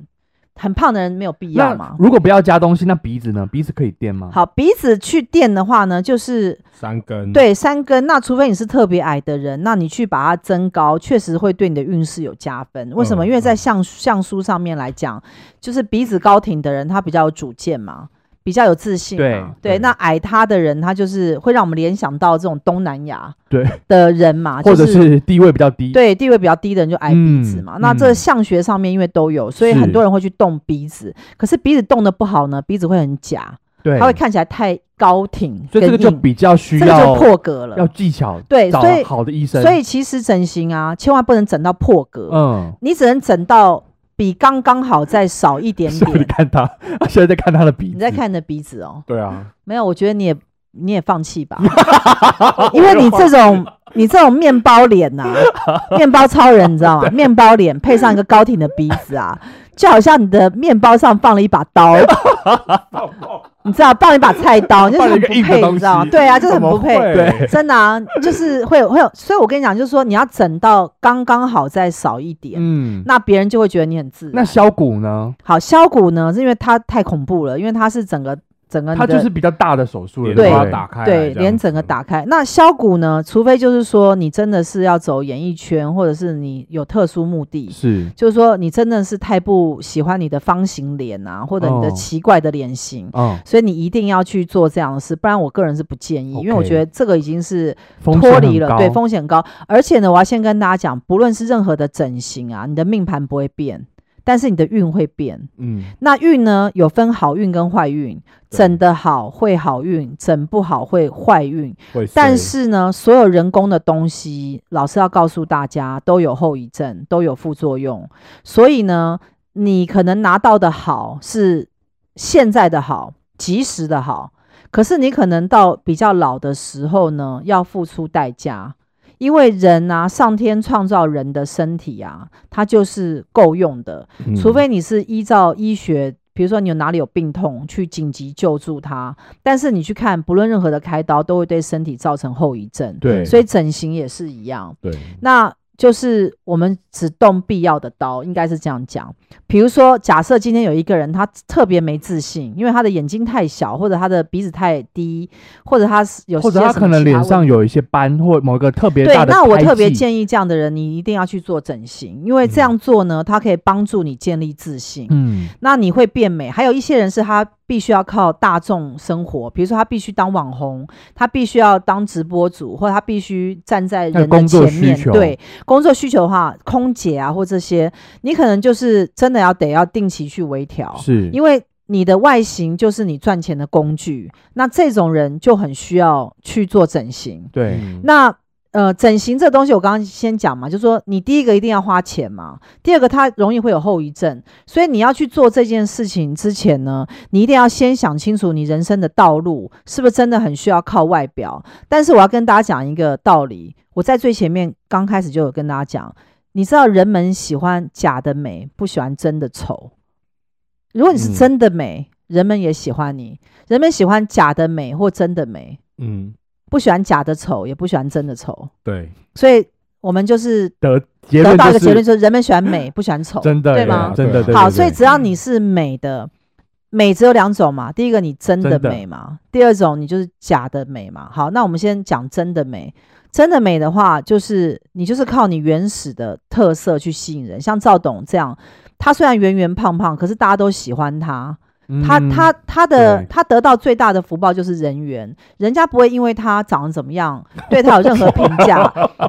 [SPEAKER 1] 很胖的人没有必要
[SPEAKER 2] 那
[SPEAKER 1] 嘛。
[SPEAKER 2] 如果不要加东西，那鼻子呢？鼻子可以垫吗？
[SPEAKER 1] 好，鼻子去垫的话呢，就是
[SPEAKER 3] 三
[SPEAKER 2] 嗯
[SPEAKER 3] 根，
[SPEAKER 1] 对三根，那除非你是特别矮的人，那你去把它增高，确实会对你的运势有加分。为什么？
[SPEAKER 3] 嗯
[SPEAKER 1] 因为在
[SPEAKER 3] 嗯
[SPEAKER 1] 相相书上面来讲，就是鼻子高挺的人，他比较有主见嘛，比较有自信嘛。
[SPEAKER 2] 对对
[SPEAKER 1] 那矮他的人，他就是会让我们联想到这种东南亚
[SPEAKER 2] 对
[SPEAKER 1] 的人嘛，
[SPEAKER 2] 或者
[SPEAKER 1] 啊就是
[SPEAKER 2] 地位比较低，
[SPEAKER 1] 对地位比较低的人就矮鼻子嘛。
[SPEAKER 2] 嗯
[SPEAKER 1] 那这
[SPEAKER 2] 嗯
[SPEAKER 1] 相学上面因为都有，所以
[SPEAKER 2] 是
[SPEAKER 1] 很多人会去动鼻子，可是鼻子动的不好呢，鼻子会很假，
[SPEAKER 2] 对
[SPEAKER 1] 它会看起来太高挺
[SPEAKER 2] 所
[SPEAKER 1] 跟
[SPEAKER 2] 以这
[SPEAKER 1] 硬，
[SPEAKER 2] 个就比较需
[SPEAKER 1] 这个就
[SPEAKER 2] 要
[SPEAKER 1] 破格了
[SPEAKER 2] 要。技巧，
[SPEAKER 1] 对，
[SPEAKER 2] 找
[SPEAKER 1] 所以
[SPEAKER 2] 好的医生，
[SPEAKER 1] 所以其实整形啊，千万不能整到破格，
[SPEAKER 2] 嗯。
[SPEAKER 1] 你只能整到比刚刚好再少一点
[SPEAKER 2] 所以你
[SPEAKER 1] 点。
[SPEAKER 2] 看他，他现在在看他的鼻子，
[SPEAKER 1] 你在看你的鼻子哦，
[SPEAKER 3] 啊对啊，
[SPEAKER 1] 没有，我觉得你也你也放 弃吧，因为你这种你这种面 包脸呐、面包超人，你知道吗？面包脸配上一个高挺的鼻子啊，就好像你的面包上放了一把 刀，你知道，放了一把菜刀，就是
[SPEAKER 2] 放了
[SPEAKER 1] 很
[SPEAKER 2] 一
[SPEAKER 1] 不
[SPEAKER 2] 个硬的
[SPEAKER 1] 配，
[SPEAKER 2] 东
[SPEAKER 1] 你知道吗？
[SPEAKER 2] 西
[SPEAKER 1] 对啊，就是很
[SPEAKER 3] 怎
[SPEAKER 1] 不
[SPEAKER 3] 么
[SPEAKER 1] 配。
[SPEAKER 3] 会？
[SPEAKER 1] 真的、啊，就是会有会有，所以我跟你讲，就是说你要整到刚刚好再少一点，
[SPEAKER 2] 嗯，
[SPEAKER 1] 那别人就会觉得你很自然。
[SPEAKER 2] 那削骨呢？
[SPEAKER 1] 好，削骨呢，是因为它太恐怖了，因为它是整个整个你
[SPEAKER 2] 它
[SPEAKER 1] 的
[SPEAKER 2] 就是比较大的手术了，
[SPEAKER 1] 对
[SPEAKER 2] 把
[SPEAKER 3] 把
[SPEAKER 2] 它
[SPEAKER 3] 它打
[SPEAKER 2] 打。
[SPEAKER 3] 开来这
[SPEAKER 1] 对
[SPEAKER 3] 样子，
[SPEAKER 1] 连整个打开。那削骨呢，除非就是说你真的是要走演艺圈，或者是你有特殊目的。
[SPEAKER 2] 是
[SPEAKER 1] 就是说，你真的是太不喜欢你的方形脸啊，或者你的
[SPEAKER 2] 哦
[SPEAKER 1] 奇怪的脸型，
[SPEAKER 2] 嗯，
[SPEAKER 1] 所以你一定要去做这样的事，不然我个人是不建议，因为我
[SPEAKER 2] OK
[SPEAKER 1] 觉得这个已经是
[SPEAKER 2] 风险
[SPEAKER 1] 脱
[SPEAKER 2] 很
[SPEAKER 1] 离了，对
[SPEAKER 2] 高
[SPEAKER 1] 风险高。而且呢，我要先跟大家讲，不论是任何的整形啊，你的命盘不会变，但是你的运会变。
[SPEAKER 2] 嗯，
[SPEAKER 1] 那运呢，有分好运跟坏运，
[SPEAKER 3] 对
[SPEAKER 1] 整得好会好运，整不好会坏运。
[SPEAKER 3] 会碎
[SPEAKER 1] 但是呢，所有人工的东西，老师要告诉大家，都有后遗症，都有副作用。所以呢，你可能拿到的好是现在的好，及时的好，可是你可能到比较老的时候呢，要付出代价。因为人啊，上天创造人的身体啊，它就是够用的，
[SPEAKER 2] 嗯
[SPEAKER 1] 除非你是依照医学，比如说你有哪里有病痛去紧急救助它，但是你去看，不论任何的开刀都会对身体造成后遗症，
[SPEAKER 3] 对，
[SPEAKER 1] 所以整形也是一样。
[SPEAKER 3] 对
[SPEAKER 1] 那就是我们只动必要的刀，应该是这样讲。比如说，假设今天有一个人他特别没自信，因为他的眼睛太小，或者他的鼻子太低，或者他是有
[SPEAKER 2] 或者
[SPEAKER 1] 些
[SPEAKER 2] 他
[SPEAKER 1] 什
[SPEAKER 2] 可
[SPEAKER 1] 么
[SPEAKER 2] 能
[SPEAKER 1] 其他
[SPEAKER 2] 脸
[SPEAKER 1] 问
[SPEAKER 2] 上有一些斑或某个特别
[SPEAKER 1] 对
[SPEAKER 2] 大，的
[SPEAKER 1] 那我
[SPEAKER 2] 胎
[SPEAKER 1] 特别
[SPEAKER 2] 记
[SPEAKER 1] 建议这样的人，你一定要去做整形，因为这样做呢，它可以帮助你建立自信。
[SPEAKER 2] 嗯
[SPEAKER 1] 那你会变美。还有一些人是他必须要靠大众生活，比如说他必须当网红，他必须要当直播主，或者他必须站在
[SPEAKER 2] 他有
[SPEAKER 1] 人
[SPEAKER 2] 工
[SPEAKER 1] 的
[SPEAKER 2] 作
[SPEAKER 1] 前面
[SPEAKER 2] 需求。
[SPEAKER 1] 对工作需求的话，空姐啊或这些，你可能就是真的要得要定期去微调，
[SPEAKER 2] 是，
[SPEAKER 1] 因为。你的外形就是你赚钱的工具，那这种人就很需要去做整形。
[SPEAKER 2] 对
[SPEAKER 3] 嗯
[SPEAKER 1] 那呃，整形这东西我刚刚先讲嘛，就说你第一个一定要花钱嘛，第二个它容易会有后遗症，所以你要去做这件事情之前呢，你一定要先想清楚你人生的道路是不是真的很需要靠外表。但是我要跟大家讲一个道理，我在最前面刚开始就有跟大家讲，你知道人们喜欢假的美，不喜欢真的丑。如果你是
[SPEAKER 2] 嗯
[SPEAKER 1] 真的美，人们也喜欢你；人们喜欢假的美或真的美。
[SPEAKER 3] 嗯
[SPEAKER 1] 不喜欢假的丑，也不喜欢真的丑，
[SPEAKER 3] 对
[SPEAKER 1] 所以我们就是
[SPEAKER 2] 得结
[SPEAKER 1] 得
[SPEAKER 2] 论
[SPEAKER 1] 到一
[SPEAKER 2] 就
[SPEAKER 1] 个结论，
[SPEAKER 2] 是
[SPEAKER 1] 就是人们喜欢美，不喜欢丑。
[SPEAKER 2] 真的
[SPEAKER 1] 对
[SPEAKER 2] 耶
[SPEAKER 1] 吗
[SPEAKER 2] 真的
[SPEAKER 3] 对
[SPEAKER 2] 对。
[SPEAKER 1] 好，
[SPEAKER 2] 对嗯
[SPEAKER 1] 所以
[SPEAKER 2] 对
[SPEAKER 1] 只要你是美的，美只有两种嘛，第一个你真的
[SPEAKER 2] 真的
[SPEAKER 1] 美嘛，第二种你就是假的美嘛。好，那我们先讲真的美。真的美的话，就是你就是靠你原始的特色去吸引人，像赵董这样，他虽然圆圆胖胖，可是大家都喜欢他。他
[SPEAKER 2] 嗯
[SPEAKER 1] 他他的
[SPEAKER 2] 对
[SPEAKER 1] 他得到最大的福报就是人缘，人家不会因为他长得怎么样对他有任何评 价，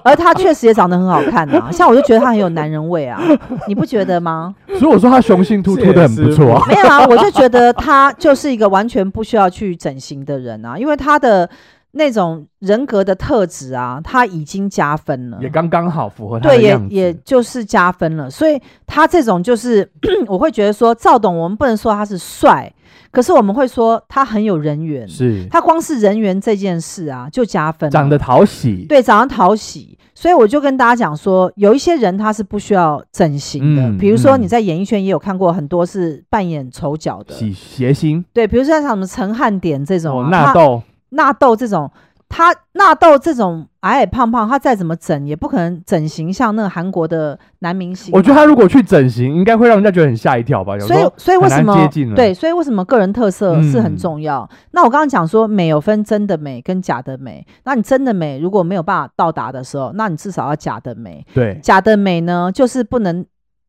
[SPEAKER 1] 而他确实也长得很好看啊。像我就觉得他很有男人味啊，你不觉得吗？
[SPEAKER 2] 嗯所以我说他雄性秃
[SPEAKER 3] 这
[SPEAKER 2] 秃的
[SPEAKER 3] 也
[SPEAKER 2] 很不
[SPEAKER 3] 是
[SPEAKER 2] 错啊，
[SPEAKER 1] 没有啊，我就觉得他就是一个完全不需要去整形的人啊，因为他的那种人格的特质啊，他已经加分了。
[SPEAKER 2] 也刚刚好符合他
[SPEAKER 1] 对，
[SPEAKER 2] 的
[SPEAKER 1] 也
[SPEAKER 2] 样子。
[SPEAKER 1] 也就是加分了。所以他这种就是， 我会觉得说赵董，我们不能说他是帅，可是我们会说他很有人缘。
[SPEAKER 2] 是
[SPEAKER 1] 他光是人缘这件事啊，就加分了。
[SPEAKER 2] 长得讨喜，
[SPEAKER 1] 对，长得讨喜，所以我就跟大家讲说，有一些人他是不需要整形的，
[SPEAKER 2] 嗯
[SPEAKER 1] 比如说
[SPEAKER 2] 嗯
[SPEAKER 1] 你在演艺圈也有看过很多是扮演丑角的，
[SPEAKER 2] 喜谐星，
[SPEAKER 1] 对，比如说像什么陈汉典这种、
[SPEAKER 2] 哦
[SPEAKER 1] 啊，，
[SPEAKER 2] 纳
[SPEAKER 1] 他
[SPEAKER 2] 豆，
[SPEAKER 1] 纳豆这种，他纳豆这种矮矮胖胖，他再怎么整也不可能整形像那个韩国的男明星嘛。
[SPEAKER 2] 我觉得他如果去整形，应该会让人家觉得很吓一跳吧。有时
[SPEAKER 1] 所以
[SPEAKER 2] 候
[SPEAKER 1] 所以为
[SPEAKER 2] 很
[SPEAKER 1] 什
[SPEAKER 2] 难
[SPEAKER 1] 么
[SPEAKER 2] 接近了
[SPEAKER 1] 对？所以为什么个人特色是很
[SPEAKER 2] 嗯
[SPEAKER 1] 重要？那我刚刚讲说，美有分真的美跟假的美。那你真的美如果没有办法到达的时候，那你至少要假的美。
[SPEAKER 2] 对，
[SPEAKER 1] 假的美呢，就是不能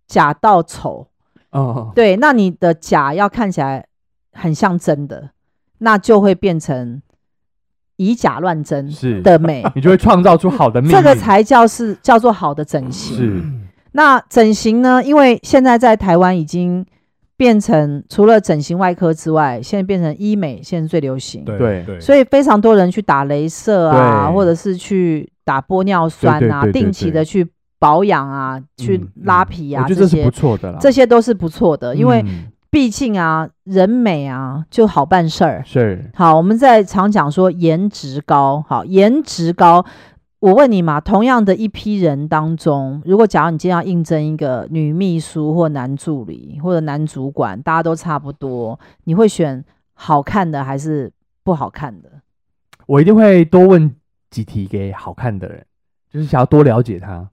[SPEAKER 1] 假到丑。
[SPEAKER 2] 嗯，
[SPEAKER 1] 对，那你的假要看起来很像真的，那就会变成以假乱真
[SPEAKER 2] 是，
[SPEAKER 1] 的美。
[SPEAKER 2] 你就会创造出好的命运。
[SPEAKER 1] 这个才叫是叫做好的整形。
[SPEAKER 2] 是
[SPEAKER 1] 那整形呢？因为现在在台湾已经变成除了整形外科之外，现在变成医美，现在最流行。
[SPEAKER 2] 对
[SPEAKER 3] 对对，
[SPEAKER 1] 所以非常多人去打镭射啊，
[SPEAKER 2] 对
[SPEAKER 1] 或者是去打玻尿酸啊，
[SPEAKER 2] 对对对对嗯
[SPEAKER 1] 定期的去保养啊，去拉皮啊，
[SPEAKER 2] 我觉得
[SPEAKER 1] 这
[SPEAKER 2] 这是
[SPEAKER 1] 些
[SPEAKER 2] 不错的啦。
[SPEAKER 1] 这些都是不错的，因为
[SPEAKER 2] 嗯
[SPEAKER 1] 毕竟啊，人美啊就好办事儿。
[SPEAKER 2] 是
[SPEAKER 1] 好，我们在常讲说颜值高，好，颜值高，我问你嘛，同样的一批人当中，如果假如你今天要应征一个女秘书或男助理或者男主管，大家都差不多，你会选好看的还是不好看的？
[SPEAKER 2] 我一定会多问几题给好看的人，就是想要多了解他。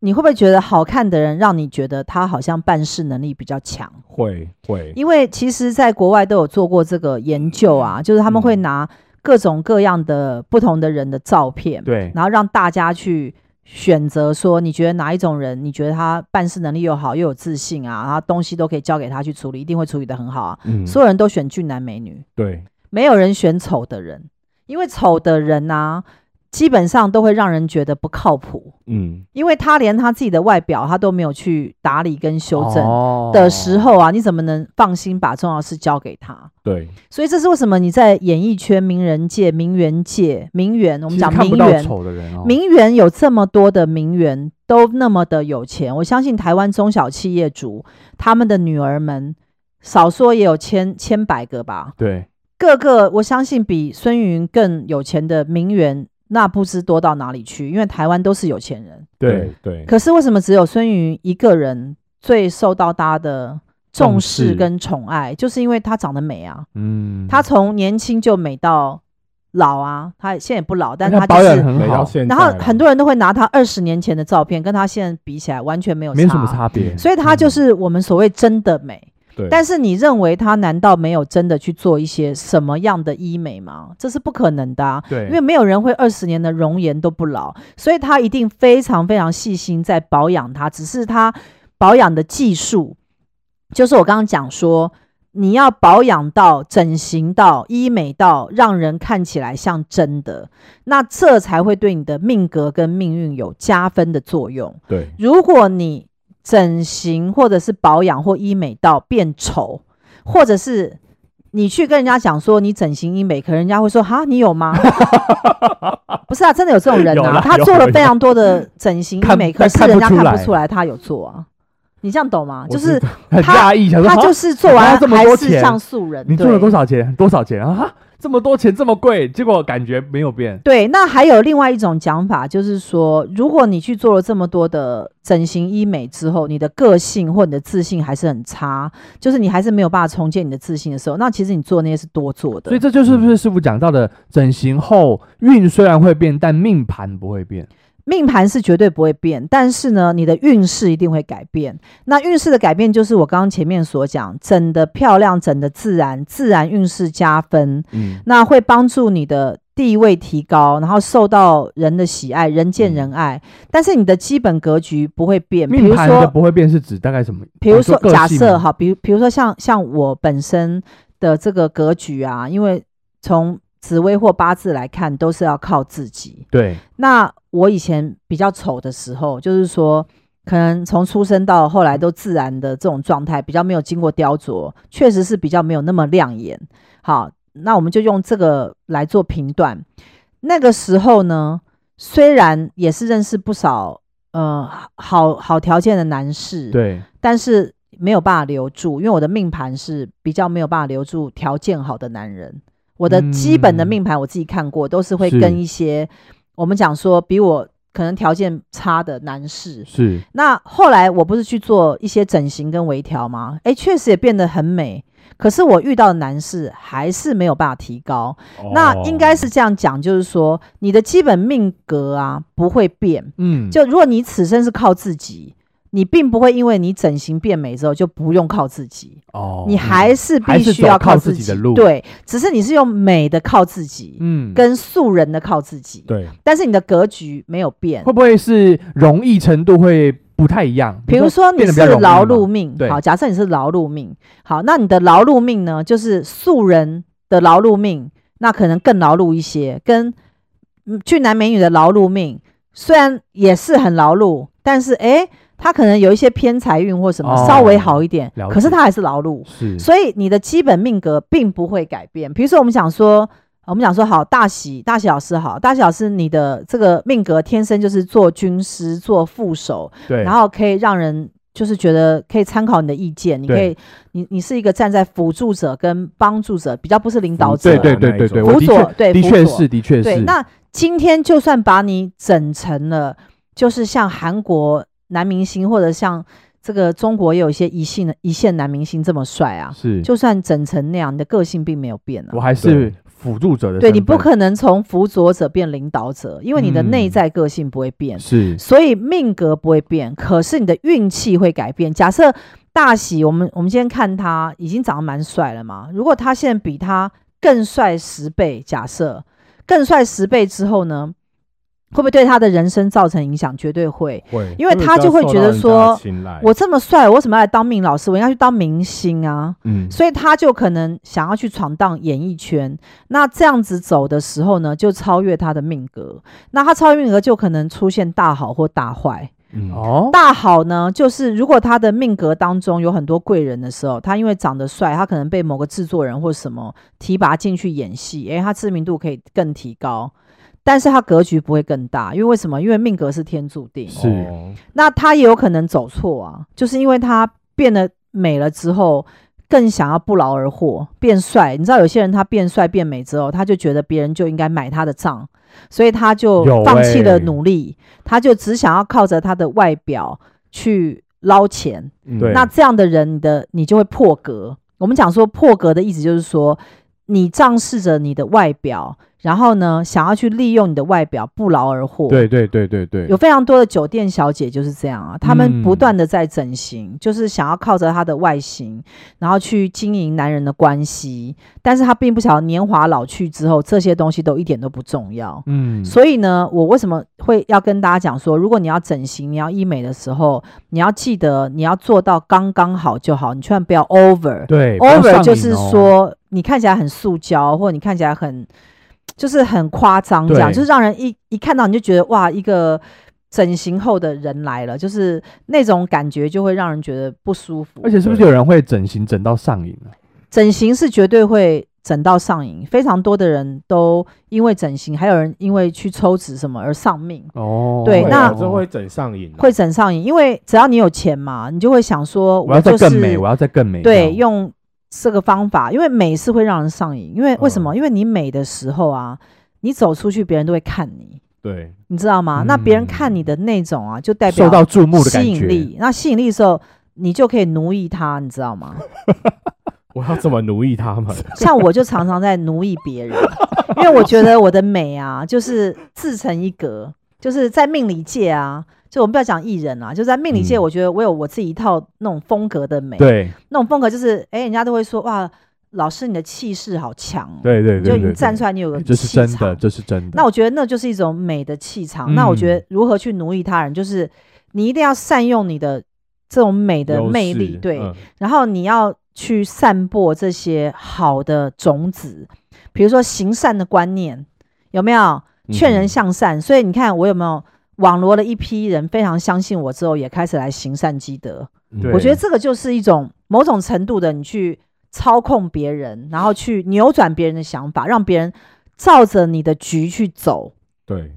[SPEAKER 1] 你会不会觉得好看的人让你觉得他好像办事能力比较强？
[SPEAKER 3] 会会，
[SPEAKER 1] 因为其实，在国外都有做过这个研究啊，就是他们会拿各种各样的不同的人的照片，
[SPEAKER 2] 对，
[SPEAKER 1] 然后让大家去选择说，你觉得哪一种人，你觉得他办事能力又好，又有自信啊，然后东西都可以交给他去处理，一定会处理得很好啊。
[SPEAKER 3] 嗯，
[SPEAKER 1] 所有人都选俊男美女，
[SPEAKER 3] 对，
[SPEAKER 1] 没有人选丑的人，因为丑的人呐、基本上都会让人觉得不靠谱，
[SPEAKER 3] 嗯，
[SPEAKER 1] 因为他连他自己的外表他都没有去打理跟修正。
[SPEAKER 2] 哦
[SPEAKER 1] 的时，候啊，你怎么能放心把重要事交给他？
[SPEAKER 3] 对，
[SPEAKER 1] 所以这是为什么你在演艺圈、名人界、名媛界、名媛，我
[SPEAKER 2] 我
[SPEAKER 1] 们讲
[SPEAKER 2] 看
[SPEAKER 1] 名
[SPEAKER 2] 不到
[SPEAKER 1] 媛，
[SPEAKER 2] 丑的人哦，
[SPEAKER 1] 名媛有这么多的名媛都那么的有钱，我相信台湾中小企业主他们的女儿们，少说也有千千百个吧。
[SPEAKER 2] 对，
[SPEAKER 1] 各个我相信比孙云更有钱的名媛，那不知多到哪里去，因为台湾都是有钱人。
[SPEAKER 3] 对，对，
[SPEAKER 1] 可是为什么只有孙云一个人最受到大家的重视跟宠爱？就是因为她长得美啊，
[SPEAKER 2] 嗯，
[SPEAKER 1] 她从年轻就美到老啊，她现在也不老，但她
[SPEAKER 2] 哎他
[SPEAKER 1] 就
[SPEAKER 2] 保养
[SPEAKER 1] 是
[SPEAKER 2] 得很
[SPEAKER 3] 没到
[SPEAKER 2] 好，
[SPEAKER 3] 现在
[SPEAKER 1] 然
[SPEAKER 3] 啦，
[SPEAKER 1] 后很多人都会拿他二十年前的照片跟他现在比起来完全没有啊
[SPEAKER 2] 没什么差嗯别，
[SPEAKER 1] 所以他就是我们所谓真的美。
[SPEAKER 3] 对，
[SPEAKER 1] 但是你认为他难道没有真的去做一些什么样的医美吗？这是不可能的、啊。
[SPEAKER 2] 对，
[SPEAKER 1] 因为没有人会二十年的容颜都不老，所以他一定非常非常细心在保养它，只是他保养的技术，就是我刚刚讲说，你要保养到、整形到、医美到，让人看起来像真的，那这才会对你的命格跟命运有加分的作用。
[SPEAKER 3] 对，
[SPEAKER 1] 如果你整形或者是保养或医美到变丑，或者是你去跟人家讲说你整形医美，可能人家会说哈你有吗？ 不是啊，真的有这种人
[SPEAKER 2] 有
[SPEAKER 1] 啊，
[SPEAKER 2] 啦
[SPEAKER 1] 他
[SPEAKER 2] 有
[SPEAKER 1] 做了
[SPEAKER 2] 有
[SPEAKER 1] 非常多的整形医
[SPEAKER 2] 看
[SPEAKER 1] 美，可
[SPEAKER 2] 但
[SPEAKER 1] 是
[SPEAKER 2] 看不
[SPEAKER 1] 人家
[SPEAKER 2] 出
[SPEAKER 1] 看
[SPEAKER 2] 来
[SPEAKER 1] 不出来他有做啊。你这样懂吗？
[SPEAKER 3] 我
[SPEAKER 1] 就是
[SPEAKER 3] 知道
[SPEAKER 2] 很
[SPEAKER 1] 他
[SPEAKER 2] 讶异，想说
[SPEAKER 1] 他就
[SPEAKER 2] 哈
[SPEAKER 1] 是做
[SPEAKER 2] 花
[SPEAKER 1] 完
[SPEAKER 2] 这么
[SPEAKER 1] 还
[SPEAKER 2] 多
[SPEAKER 1] 是
[SPEAKER 2] 钱
[SPEAKER 1] 像素人。
[SPEAKER 2] 你做了
[SPEAKER 1] 对
[SPEAKER 2] 多少钱？多少钱啊？哈这么多钱这么贵，结果感觉没有变，
[SPEAKER 1] 对，那还有另外一种讲法，就是说，如果你去做了这么多的整形医美之后，你的个性或你的自信还是很差，就是你还是没有办法重建你的自信的时候，那其实你做那些是多做的
[SPEAKER 2] 所以。这就是不是师傅讲到的，整形后运虽然会变，但命盘不会变。
[SPEAKER 1] 命盘是绝对不会变，但是呢，你的运势一定会改变。那运势的改变，就是我刚刚前面所讲，整的漂亮，整的自然，自然运势加分。
[SPEAKER 2] 嗯，
[SPEAKER 1] 那会帮助你的地位提高，然后受到人的喜爱，人见人爱。但是你的基本格局不会变，比
[SPEAKER 2] 嗯命
[SPEAKER 1] 如
[SPEAKER 2] 盘的
[SPEAKER 1] 说，
[SPEAKER 2] 不会变是指大概什么？
[SPEAKER 1] 比如
[SPEAKER 2] 你
[SPEAKER 1] 说
[SPEAKER 2] 个
[SPEAKER 1] 假
[SPEAKER 2] 性啊
[SPEAKER 1] 设
[SPEAKER 2] 吗，
[SPEAKER 1] 哈，比如比如说像像我本身的这个格局啊，因为从紫微或八字来看，都是要靠自己。
[SPEAKER 2] 对，
[SPEAKER 1] 那我以前比较丑的时候，就是说。可能从出生到后来都自然的这种状态，比较没有经过雕琢，确实是比较没有那么亮眼。好，那我们就用这个来做评断。那个时候呢，虽然也是认识不少呃好好条件的男士，
[SPEAKER 2] 对，
[SPEAKER 1] 但是没有办法留住，因为我的命盘是比较没有办法留住条件好的男人。我的基本的
[SPEAKER 2] 嗯
[SPEAKER 1] 命盘我自己看过，都是会
[SPEAKER 2] 是
[SPEAKER 1] 跟一些我们讲说比我可能条件差的男士。
[SPEAKER 2] 是，
[SPEAKER 1] 那后来我不是去做一些整形跟微调吗？诶，确实也变得很美。可是我遇到的男士还是没有办法提高，那应该是这样讲，就是说你的基本命格啊不会变，
[SPEAKER 2] 嗯，
[SPEAKER 1] 就如果你此生是靠自己，你并不会因为你整形变美之后就不用靠自己，
[SPEAKER 2] 哦，
[SPEAKER 1] 你还是
[SPEAKER 2] 还
[SPEAKER 1] 必
[SPEAKER 2] 是
[SPEAKER 1] 须
[SPEAKER 2] 走
[SPEAKER 1] 要
[SPEAKER 2] 靠
[SPEAKER 1] 自
[SPEAKER 2] 自己的路
[SPEAKER 1] 对，只是你是用美的靠自己，
[SPEAKER 2] 嗯，
[SPEAKER 1] 跟素人的靠自己。
[SPEAKER 3] 对，
[SPEAKER 1] 但是你的格局没有变
[SPEAKER 2] 会。不会是容易程度会不太一样？
[SPEAKER 1] 比如说你
[SPEAKER 2] 变得比较
[SPEAKER 1] 是
[SPEAKER 2] 容易
[SPEAKER 1] 劳
[SPEAKER 2] 嘛
[SPEAKER 1] 碌命，
[SPEAKER 2] 对
[SPEAKER 1] 好，假设你是劳碌命，好，那你的劳碌命呢，就是素人的劳碌命，那可能更劳碌一些，跟嗯俊男美女的劳碌命虽然也是很劳碌，但是诶，他可能有一些偏财运或什么、
[SPEAKER 2] 哦
[SPEAKER 1] 稍微好一点
[SPEAKER 2] 了，解
[SPEAKER 1] 可是他还是劳碌，
[SPEAKER 2] 是
[SPEAKER 1] 所以你的基本命格并不会改变。比如说我们讲说。我们讲说好，大喜大喜老师好，大喜老师你的这个命格天生就是做军师、做副手，
[SPEAKER 2] 对，
[SPEAKER 1] 然后可以让人就是觉得可以参考你的意见，你可以，你你是一个站在辅助者跟帮助者，比较不是领导者。
[SPEAKER 2] 对对对对对，
[SPEAKER 1] 辅
[SPEAKER 2] 我的
[SPEAKER 1] 佐
[SPEAKER 2] 确
[SPEAKER 1] 对
[SPEAKER 2] 的
[SPEAKER 1] 辅
[SPEAKER 2] 确
[SPEAKER 1] 佐
[SPEAKER 2] 是的确
[SPEAKER 1] 对
[SPEAKER 2] 是，
[SPEAKER 1] 那今天就算把你整成了，就是像韩国男明星或者像这个中国也有一些一线一线男明星这么帅啊，
[SPEAKER 2] 是
[SPEAKER 1] 就算整成那样，你的个性并没有变啊
[SPEAKER 2] 我。还是辅助者的身份，
[SPEAKER 1] 对你不可能从辅佐者变领导者，因为你的内
[SPEAKER 2] 嗯
[SPEAKER 1] 在个性不会变。
[SPEAKER 2] 是
[SPEAKER 1] 所以命格不会变，可是你的运气会改变。假设大喜，我们我们今天看他已经长得蛮帅了嘛，如果他现在比他更帅十倍，假设更帅十倍之后呢，会不会对他的人生造成影响？绝对会。
[SPEAKER 3] 会，
[SPEAKER 1] 因为他就会觉得说
[SPEAKER 3] 哎
[SPEAKER 1] 我这么帅，我为什么要来当命老师？我应该去当明星啊！
[SPEAKER 2] 嗯
[SPEAKER 1] 所以他就可能想要去闯荡演艺圈。那这样子走的时候呢，就超越他的命格。那他超越命格，就可能出现大好或大坏。
[SPEAKER 2] 嗯哦
[SPEAKER 1] 大好呢，就是如果他的命格当中有很多贵人的时候，他因为长得帅，他可能被某个制作人或什么提拔进去演戏，诶，他知名度可以更提高。但是他格局不会更大，因为为什么？因为命格是天注定。
[SPEAKER 2] 是
[SPEAKER 3] 哦
[SPEAKER 1] 那他也有可能走错啊，就是因为他变得美了之后，更想要不劳而获，变帅。你知道有些人他变帅变美之后，他就觉得别人就应该买他的账，所以他就
[SPEAKER 2] 有
[SPEAKER 1] 放弃了
[SPEAKER 2] 欸
[SPEAKER 1] 努力，他就只想要靠着他的外表去捞钱。
[SPEAKER 3] 嗯
[SPEAKER 2] 对
[SPEAKER 1] 那这样的人，你的你就会破格。我们讲说破格的意思就是说，你仗势着你的外表，然后呢，想要去利用你的外表不劳而获。
[SPEAKER 3] 对对对对对，
[SPEAKER 1] 有非常多的酒店小姐就是这样啊，她们不
[SPEAKER 2] 嗯
[SPEAKER 1] 断的在整形，就是想要靠着她的外形，然后去经营男人的关系，但是她并不晓得年华老去之后，这些东西都一点都不重要。
[SPEAKER 2] 嗯
[SPEAKER 1] 所以呢，我为什么会要跟大家讲说，如果你要整形、你要医美的时候，你要记得你要做到刚刚好就好，你千万不要 over。
[SPEAKER 2] 对
[SPEAKER 1] over 就是，
[SPEAKER 2] 哦
[SPEAKER 1] 说你看起来很塑胶，或者你看起来很就是很夸张，这样
[SPEAKER 2] 对
[SPEAKER 1] 就是让人一一看到你就觉得哇，一个整形后的人来了，就是那种感觉就会让人觉得不舒服。
[SPEAKER 2] 不要上瘾哦而且是不是有人会整形整到上瘾啊？
[SPEAKER 1] 整形是绝对会整到上瘾，非常多的人都因为整形，还有人因为去抽脂什么而丧命。
[SPEAKER 2] 哦，
[SPEAKER 1] 对
[SPEAKER 3] 会
[SPEAKER 1] 那
[SPEAKER 3] 有这会整上瘾啊，
[SPEAKER 1] 会整上瘾，因为只要你有钱嘛，你就会想说，
[SPEAKER 2] 我要再
[SPEAKER 1] 就
[SPEAKER 2] 更
[SPEAKER 1] 是
[SPEAKER 2] 美，我要再更美，
[SPEAKER 1] 对，用这个方法，因为美是会让人上瘾。因为为什么？
[SPEAKER 2] 哦
[SPEAKER 3] 嗯
[SPEAKER 1] 因为你美的时候啊，你走出去，别人都会看你，
[SPEAKER 3] 对，
[SPEAKER 1] 你知道吗？那别人
[SPEAKER 2] 嗯
[SPEAKER 1] 看你的那种啊，就代
[SPEAKER 2] 受
[SPEAKER 1] 表
[SPEAKER 2] 到注目的感
[SPEAKER 1] 吸引
[SPEAKER 2] 觉，
[SPEAKER 1] 力。那吸引力的时候，你就可以奴役他，你知道吗？
[SPEAKER 3] 我要怎么奴役他们？
[SPEAKER 1] 像我就常常在奴役别人，因为我觉得我的美啊，就是自成一格，就是在命理界啊。就我们不要讲艺人啊，就在命理界，
[SPEAKER 2] 嗯
[SPEAKER 1] 我觉得我有我自己一套那种风格的美，
[SPEAKER 2] 对
[SPEAKER 1] 那种风格就是，哎、人家都会说哇，老师你的气势好强、哦，
[SPEAKER 2] 对对对
[SPEAKER 1] 就
[SPEAKER 2] 对，
[SPEAKER 1] 你站出来你有个
[SPEAKER 2] 这是
[SPEAKER 1] 气
[SPEAKER 2] 真
[SPEAKER 1] 场
[SPEAKER 2] 的，这是真的。
[SPEAKER 1] 那我觉得那就是一种美的气场。那我觉
[SPEAKER 2] 嗯
[SPEAKER 1] 得如何去奴役他人，就是你一定要善用你的这种美的
[SPEAKER 3] 优
[SPEAKER 1] 魅力，
[SPEAKER 3] 势
[SPEAKER 1] 对，
[SPEAKER 3] 嗯
[SPEAKER 1] 然后你要去散播这些好的种子，比如说行善的观念，有没有劝人
[SPEAKER 3] 嗯
[SPEAKER 1] 向善？所以你看我有没有网罗了一批人非常相信我之后，也开始来行善积德。
[SPEAKER 3] 嗯
[SPEAKER 2] 对
[SPEAKER 1] 我觉得这个就是一种某种程度的你去操控别人，然后去扭转别人的想法，让别人照着你的局去走。
[SPEAKER 3] 对，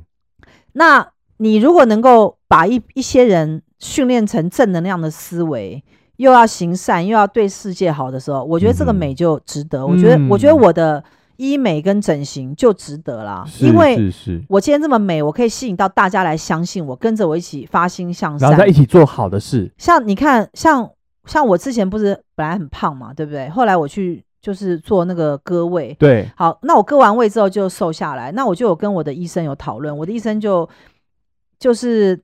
[SPEAKER 1] 那你如果能够把一一些人训练成正能量的思维，又要行善，又要对世界好的时候，我觉得这个
[SPEAKER 2] 嗯哼
[SPEAKER 1] 美就值得。我觉得，我觉得
[SPEAKER 2] 嗯
[SPEAKER 1] 我的医美跟整形就值得啦，
[SPEAKER 2] 是
[SPEAKER 1] 因为嗯
[SPEAKER 2] 是是，
[SPEAKER 1] 我今天这么美，我可以吸引到大家来相信我，跟着我一起发心向
[SPEAKER 2] 然后再
[SPEAKER 1] 善
[SPEAKER 2] 一。起做好的事，
[SPEAKER 1] 像你看，像像我之前不是本来很胖嘛，对不对？后来我去就是做那个割胃，
[SPEAKER 2] 对，
[SPEAKER 1] 好，那我割完胃之后就瘦下来，那我就有跟我的医生有讨论，我的医生就就是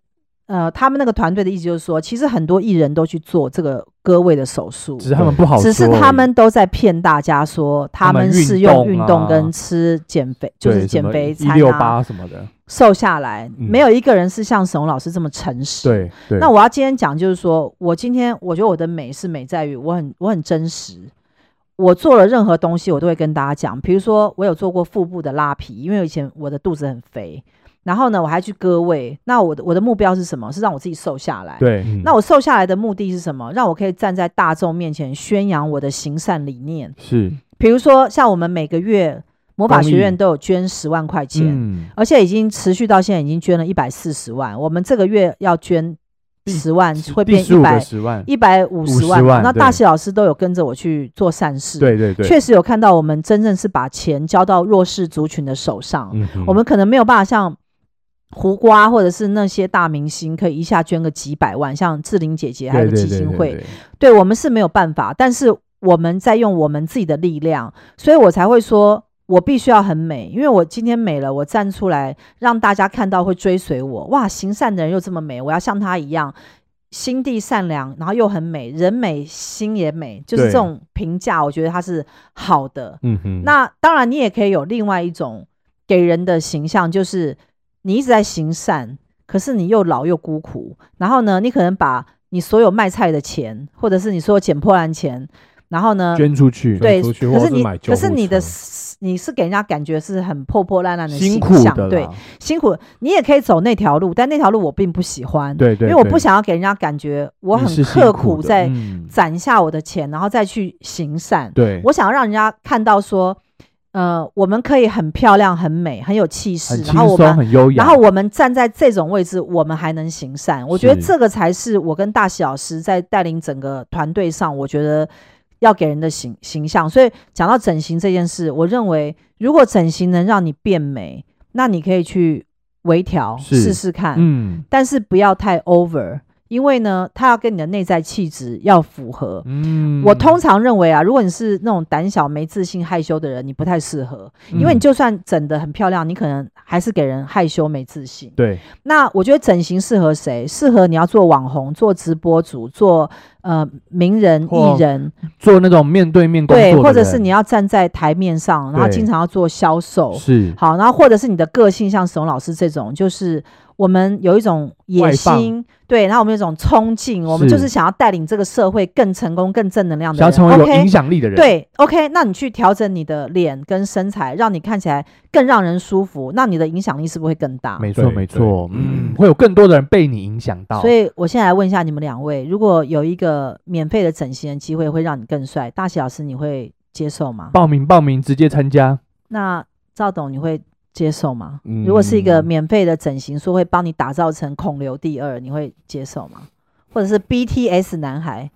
[SPEAKER 1] 呃，他们那个团队的意思就是说，其实很多艺人都去做这个割胃的手术
[SPEAKER 2] 只，是他们不好说而
[SPEAKER 1] 只
[SPEAKER 2] 已，
[SPEAKER 1] 是他们都在骗大家说他
[SPEAKER 2] 他们
[SPEAKER 1] 们
[SPEAKER 2] 运
[SPEAKER 1] 是用
[SPEAKER 2] 动
[SPEAKER 1] 运
[SPEAKER 2] 啊
[SPEAKER 1] 动跟吃减肥，就是减肥
[SPEAKER 2] 一
[SPEAKER 1] 餐
[SPEAKER 2] 六
[SPEAKER 1] 啊
[SPEAKER 2] 八什么的，
[SPEAKER 1] 瘦下来，
[SPEAKER 2] 嗯
[SPEAKER 1] 没有一个人是像沈宏老师这么诚实。。
[SPEAKER 2] 对对。
[SPEAKER 1] 那我要今天讲，就是说我今天我觉得我的美是美在于我很我很真实。我做了任何东西，我都会跟大家讲。比如说，我有做过腹部的拉皮，因为以前我的肚子很肥，然后呢，我还去割胃。那我的我的目标是什么？是让我自己瘦下来。
[SPEAKER 2] 对，
[SPEAKER 1] 那我瘦下来的目的是什么？让我可以站在大众面前宣扬我的行善理念。
[SPEAKER 2] 是
[SPEAKER 1] 比如说，像我们每个月魔法
[SPEAKER 2] 公益
[SPEAKER 1] 学院都有捐十万块钱，
[SPEAKER 2] 嗯
[SPEAKER 1] 而且已经持续到现在，已经捐了一百四十万。我们这个月要捐
[SPEAKER 3] 第
[SPEAKER 1] 十万
[SPEAKER 3] 十
[SPEAKER 1] 会
[SPEAKER 2] 第
[SPEAKER 1] 变
[SPEAKER 2] 十
[SPEAKER 1] 一
[SPEAKER 2] 五
[SPEAKER 1] 百
[SPEAKER 2] 个十万，
[SPEAKER 1] 一百五十
[SPEAKER 2] 50万
[SPEAKER 1] 那
[SPEAKER 2] 对
[SPEAKER 1] 大喜老师都有跟着我去做善事，，
[SPEAKER 2] 对对对，
[SPEAKER 1] 确实有看到我们真正是把钱交到弱势族群的手上。
[SPEAKER 2] 嗯哼
[SPEAKER 1] 我们可能没有办法像胡瓜或者是那些大明星，可以一下捐个几百万，像志玲姐姐还有
[SPEAKER 2] 对
[SPEAKER 1] 个
[SPEAKER 2] 对
[SPEAKER 1] 基
[SPEAKER 2] 对
[SPEAKER 1] 金
[SPEAKER 2] 对
[SPEAKER 1] 会，嗯
[SPEAKER 2] 对
[SPEAKER 1] 对我们是没有办法，但是我们在用我们自己的力量，所以我才会说，我必须要很美，因为我今天美了，我站出来让大家看到会追随我。哇，行善的人又这么美，我要像她一样，心地善良，然后又很美，人美心也美，就是
[SPEAKER 2] 对
[SPEAKER 1] 这种评价，我觉得它是好的。
[SPEAKER 2] 嗯哼，
[SPEAKER 1] 那当然，你也可以有另外一种给人的形象，就是你一直在行善，可是你又老又孤苦。然后呢，你可能把你所有卖菜的钱，或者是你所有捡破烂钱，然后呢，
[SPEAKER 2] 捐出去，
[SPEAKER 1] 对，
[SPEAKER 3] 出去
[SPEAKER 1] 可
[SPEAKER 3] 或者
[SPEAKER 1] 是
[SPEAKER 3] 是
[SPEAKER 1] 你
[SPEAKER 3] 买救
[SPEAKER 1] 可是
[SPEAKER 3] 护
[SPEAKER 1] 你的
[SPEAKER 3] 车
[SPEAKER 1] 你是给人家感觉是很破破烂烂的
[SPEAKER 2] 辛
[SPEAKER 1] 形
[SPEAKER 2] 苦
[SPEAKER 1] 象，
[SPEAKER 2] 的
[SPEAKER 1] 对
[SPEAKER 2] 啦，，
[SPEAKER 1] 辛苦。你也可以走那条路，但那条路我并不喜欢，
[SPEAKER 2] 对对，
[SPEAKER 1] 因为我不
[SPEAKER 2] 对
[SPEAKER 1] 想要给人家感觉我
[SPEAKER 2] 你
[SPEAKER 1] 很
[SPEAKER 2] 是辛
[SPEAKER 1] 刻
[SPEAKER 2] 苦
[SPEAKER 1] 苦
[SPEAKER 2] 的
[SPEAKER 1] 在
[SPEAKER 2] 嗯
[SPEAKER 1] 攒下我的钱，然后再去行善。
[SPEAKER 2] 对，
[SPEAKER 1] 我想要让人家看到说，呃，我们可以很漂亮、很美、很有气势，
[SPEAKER 2] 很
[SPEAKER 1] 然
[SPEAKER 2] 轻
[SPEAKER 1] 后我
[SPEAKER 2] 松，
[SPEAKER 1] 们，
[SPEAKER 2] 很优雅，
[SPEAKER 1] 然后我们站在这种位置，我们还能行善。我觉得
[SPEAKER 2] 是
[SPEAKER 1] 这个才是我跟大喜老师在带领整个团队上，我觉得要给人的形形象。所以讲到整形这件事，我认为如果整形能让你变美，那你可以去微调
[SPEAKER 2] 是
[SPEAKER 1] 试试看。
[SPEAKER 2] 嗯
[SPEAKER 1] 但是不要太 over，因为呢，它要跟你的内在气质要符合。
[SPEAKER 2] 嗯，
[SPEAKER 1] 我通常认为啊，如果你是那种胆小、没自信、害羞的人，你不太适合，因为你
[SPEAKER 2] 嗯
[SPEAKER 1] 就算整得很漂亮，你可能还是给人害羞、没自信。
[SPEAKER 2] 对
[SPEAKER 1] 那我觉得整形适合谁？适合你要做网红、做直播主、做呃名人、
[SPEAKER 2] 或
[SPEAKER 1] 艺人，
[SPEAKER 2] 做那种面对面工作
[SPEAKER 1] 对，
[SPEAKER 2] 的
[SPEAKER 1] 或者是
[SPEAKER 2] 人
[SPEAKER 1] 你要站在台面上，然后
[SPEAKER 2] 对
[SPEAKER 1] 经常要做销售。
[SPEAKER 2] 是
[SPEAKER 1] 好，然后或者是你的个性像沈老师这种，就是我们有一种野
[SPEAKER 2] 外放
[SPEAKER 1] 心，对，然后我们有一种冲劲，我们
[SPEAKER 2] 是
[SPEAKER 1] 就是想要带领这个社会更成功、更正能量的
[SPEAKER 2] 想要
[SPEAKER 1] 人。
[SPEAKER 2] 成为有
[SPEAKER 1] OK
[SPEAKER 2] 影响力的人，
[SPEAKER 1] 对，OK，那你去调整你的脸跟身材，让你看起来更让人舒服，那你的影响力是不是会更大？
[SPEAKER 2] 没错
[SPEAKER 3] 对
[SPEAKER 2] 没
[SPEAKER 3] 对
[SPEAKER 2] 错，嗯，会有更多的人被你影响到，
[SPEAKER 1] 啊所以我现在来问一下你们两位，如果有一个免费的整形的机会，会让你更帅，大喜老师你会接受吗？
[SPEAKER 2] 报名报名直接参加，
[SPEAKER 1] 那赵董你会接受吗？如果是一个
[SPEAKER 2] 嗯
[SPEAKER 1] 免费的整形，说会帮你打造成孔刘第二，你会接受吗？或者是 BTS 男孩、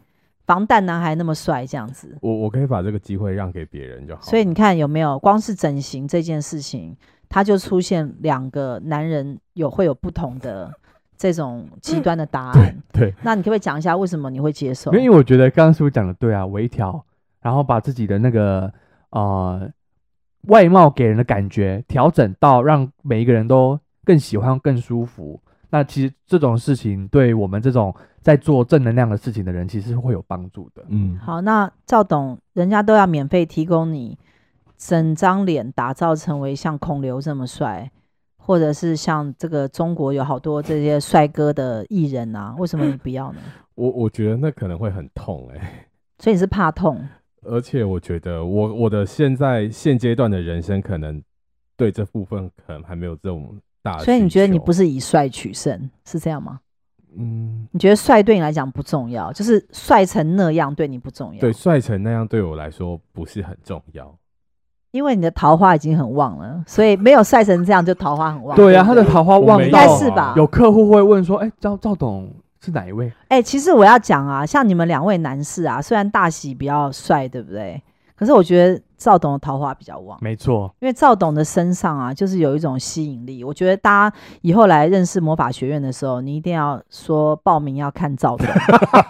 [SPEAKER 1] 防弹男孩那么帅这样子？
[SPEAKER 3] 我我可以把这个机会让给别人就好。
[SPEAKER 1] 所以你看有没有，光是整形这件事情，它就出现两个男人有会有不同的这种极端的答案。
[SPEAKER 3] 对对
[SPEAKER 1] 那你可不可以讲一下为什么你会接受
[SPEAKER 2] 没？有因为我觉得刚刚是不是讲的对啊，微调，然后把自己的那个呃外貌给人的感觉调整到让每一个人都更喜欢、更舒服。那其实这种事情对我们这种在做正能量的事情的人，其实是会有帮助的。
[SPEAKER 3] 嗯，
[SPEAKER 1] 好，那赵董，人家都要免费提供你整张脸打造成为像孔刘这么帅，或者是像这个中国有好多这些帅哥的艺人啊，为什么你不要呢？
[SPEAKER 3] 我我觉得那可能会很痛哎、
[SPEAKER 1] 所以你是怕痛，
[SPEAKER 3] 而且我觉得我我的现在现阶段的人生可能对这部分可能还没有这种大啊的需求，
[SPEAKER 1] 所以你觉得你不是以帅取胜，是这样吗？
[SPEAKER 2] 嗯，
[SPEAKER 1] 你觉得帅对你来讲不重要，就是帅成那样对你不重要，
[SPEAKER 3] 对，帅成那样对我来说不是很重要。
[SPEAKER 1] 因为你的桃花已经很旺了，所以没有帅成这样就桃花很旺。
[SPEAKER 2] 对啊，
[SPEAKER 1] 不
[SPEAKER 2] 他的桃花
[SPEAKER 3] 我
[SPEAKER 2] 旺
[SPEAKER 3] 没
[SPEAKER 1] 应
[SPEAKER 2] 到
[SPEAKER 1] 该
[SPEAKER 3] 有
[SPEAKER 1] 是
[SPEAKER 3] 啊
[SPEAKER 1] 吧
[SPEAKER 2] 有客户会问说：“哎、赵赵董是哪一位
[SPEAKER 1] 哎、其实我要讲啊，像你们两位男士啊，虽然大喜比较帅，对不对？可是我觉得赵董的桃花比较？”旺，
[SPEAKER 2] 没错，
[SPEAKER 1] 因为赵董的身上啊，就是有一种吸引力。我觉得大家以后来认识魔法学院的时候，你一定要说报名要看赵董。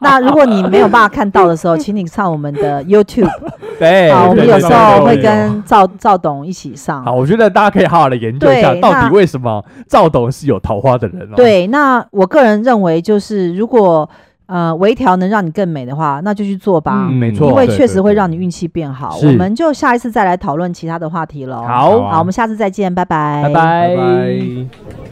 [SPEAKER 1] 那如果你没有办法看到的时候，请你上我们的 YouTube
[SPEAKER 2] 对
[SPEAKER 1] 啊，我们
[SPEAKER 3] 对
[SPEAKER 1] 有
[SPEAKER 3] 对
[SPEAKER 1] 时
[SPEAKER 3] 对
[SPEAKER 1] 候
[SPEAKER 3] 对
[SPEAKER 1] 会
[SPEAKER 3] 对
[SPEAKER 1] 跟赵赵董一起上
[SPEAKER 2] 好，。我觉得大家可以好好的研究一下，
[SPEAKER 1] 对
[SPEAKER 2] 到
[SPEAKER 1] 那
[SPEAKER 2] 底为什么赵董是有桃花的人哦。，
[SPEAKER 1] 对，那我个人认为，就是如果呃微调能让你更美的话，那就去做吧。
[SPEAKER 2] 嗯，没
[SPEAKER 3] 因
[SPEAKER 2] 错，
[SPEAKER 1] 因为
[SPEAKER 3] 对
[SPEAKER 1] 确
[SPEAKER 3] 对
[SPEAKER 1] 实会
[SPEAKER 3] 对
[SPEAKER 1] 让你运气变好。
[SPEAKER 2] 是
[SPEAKER 1] 我们就下一次再来讨论其他的话题喽。
[SPEAKER 2] 好
[SPEAKER 3] 好啊
[SPEAKER 1] 好，我们下次再见，拜拜，
[SPEAKER 2] 拜拜
[SPEAKER 3] 拜拜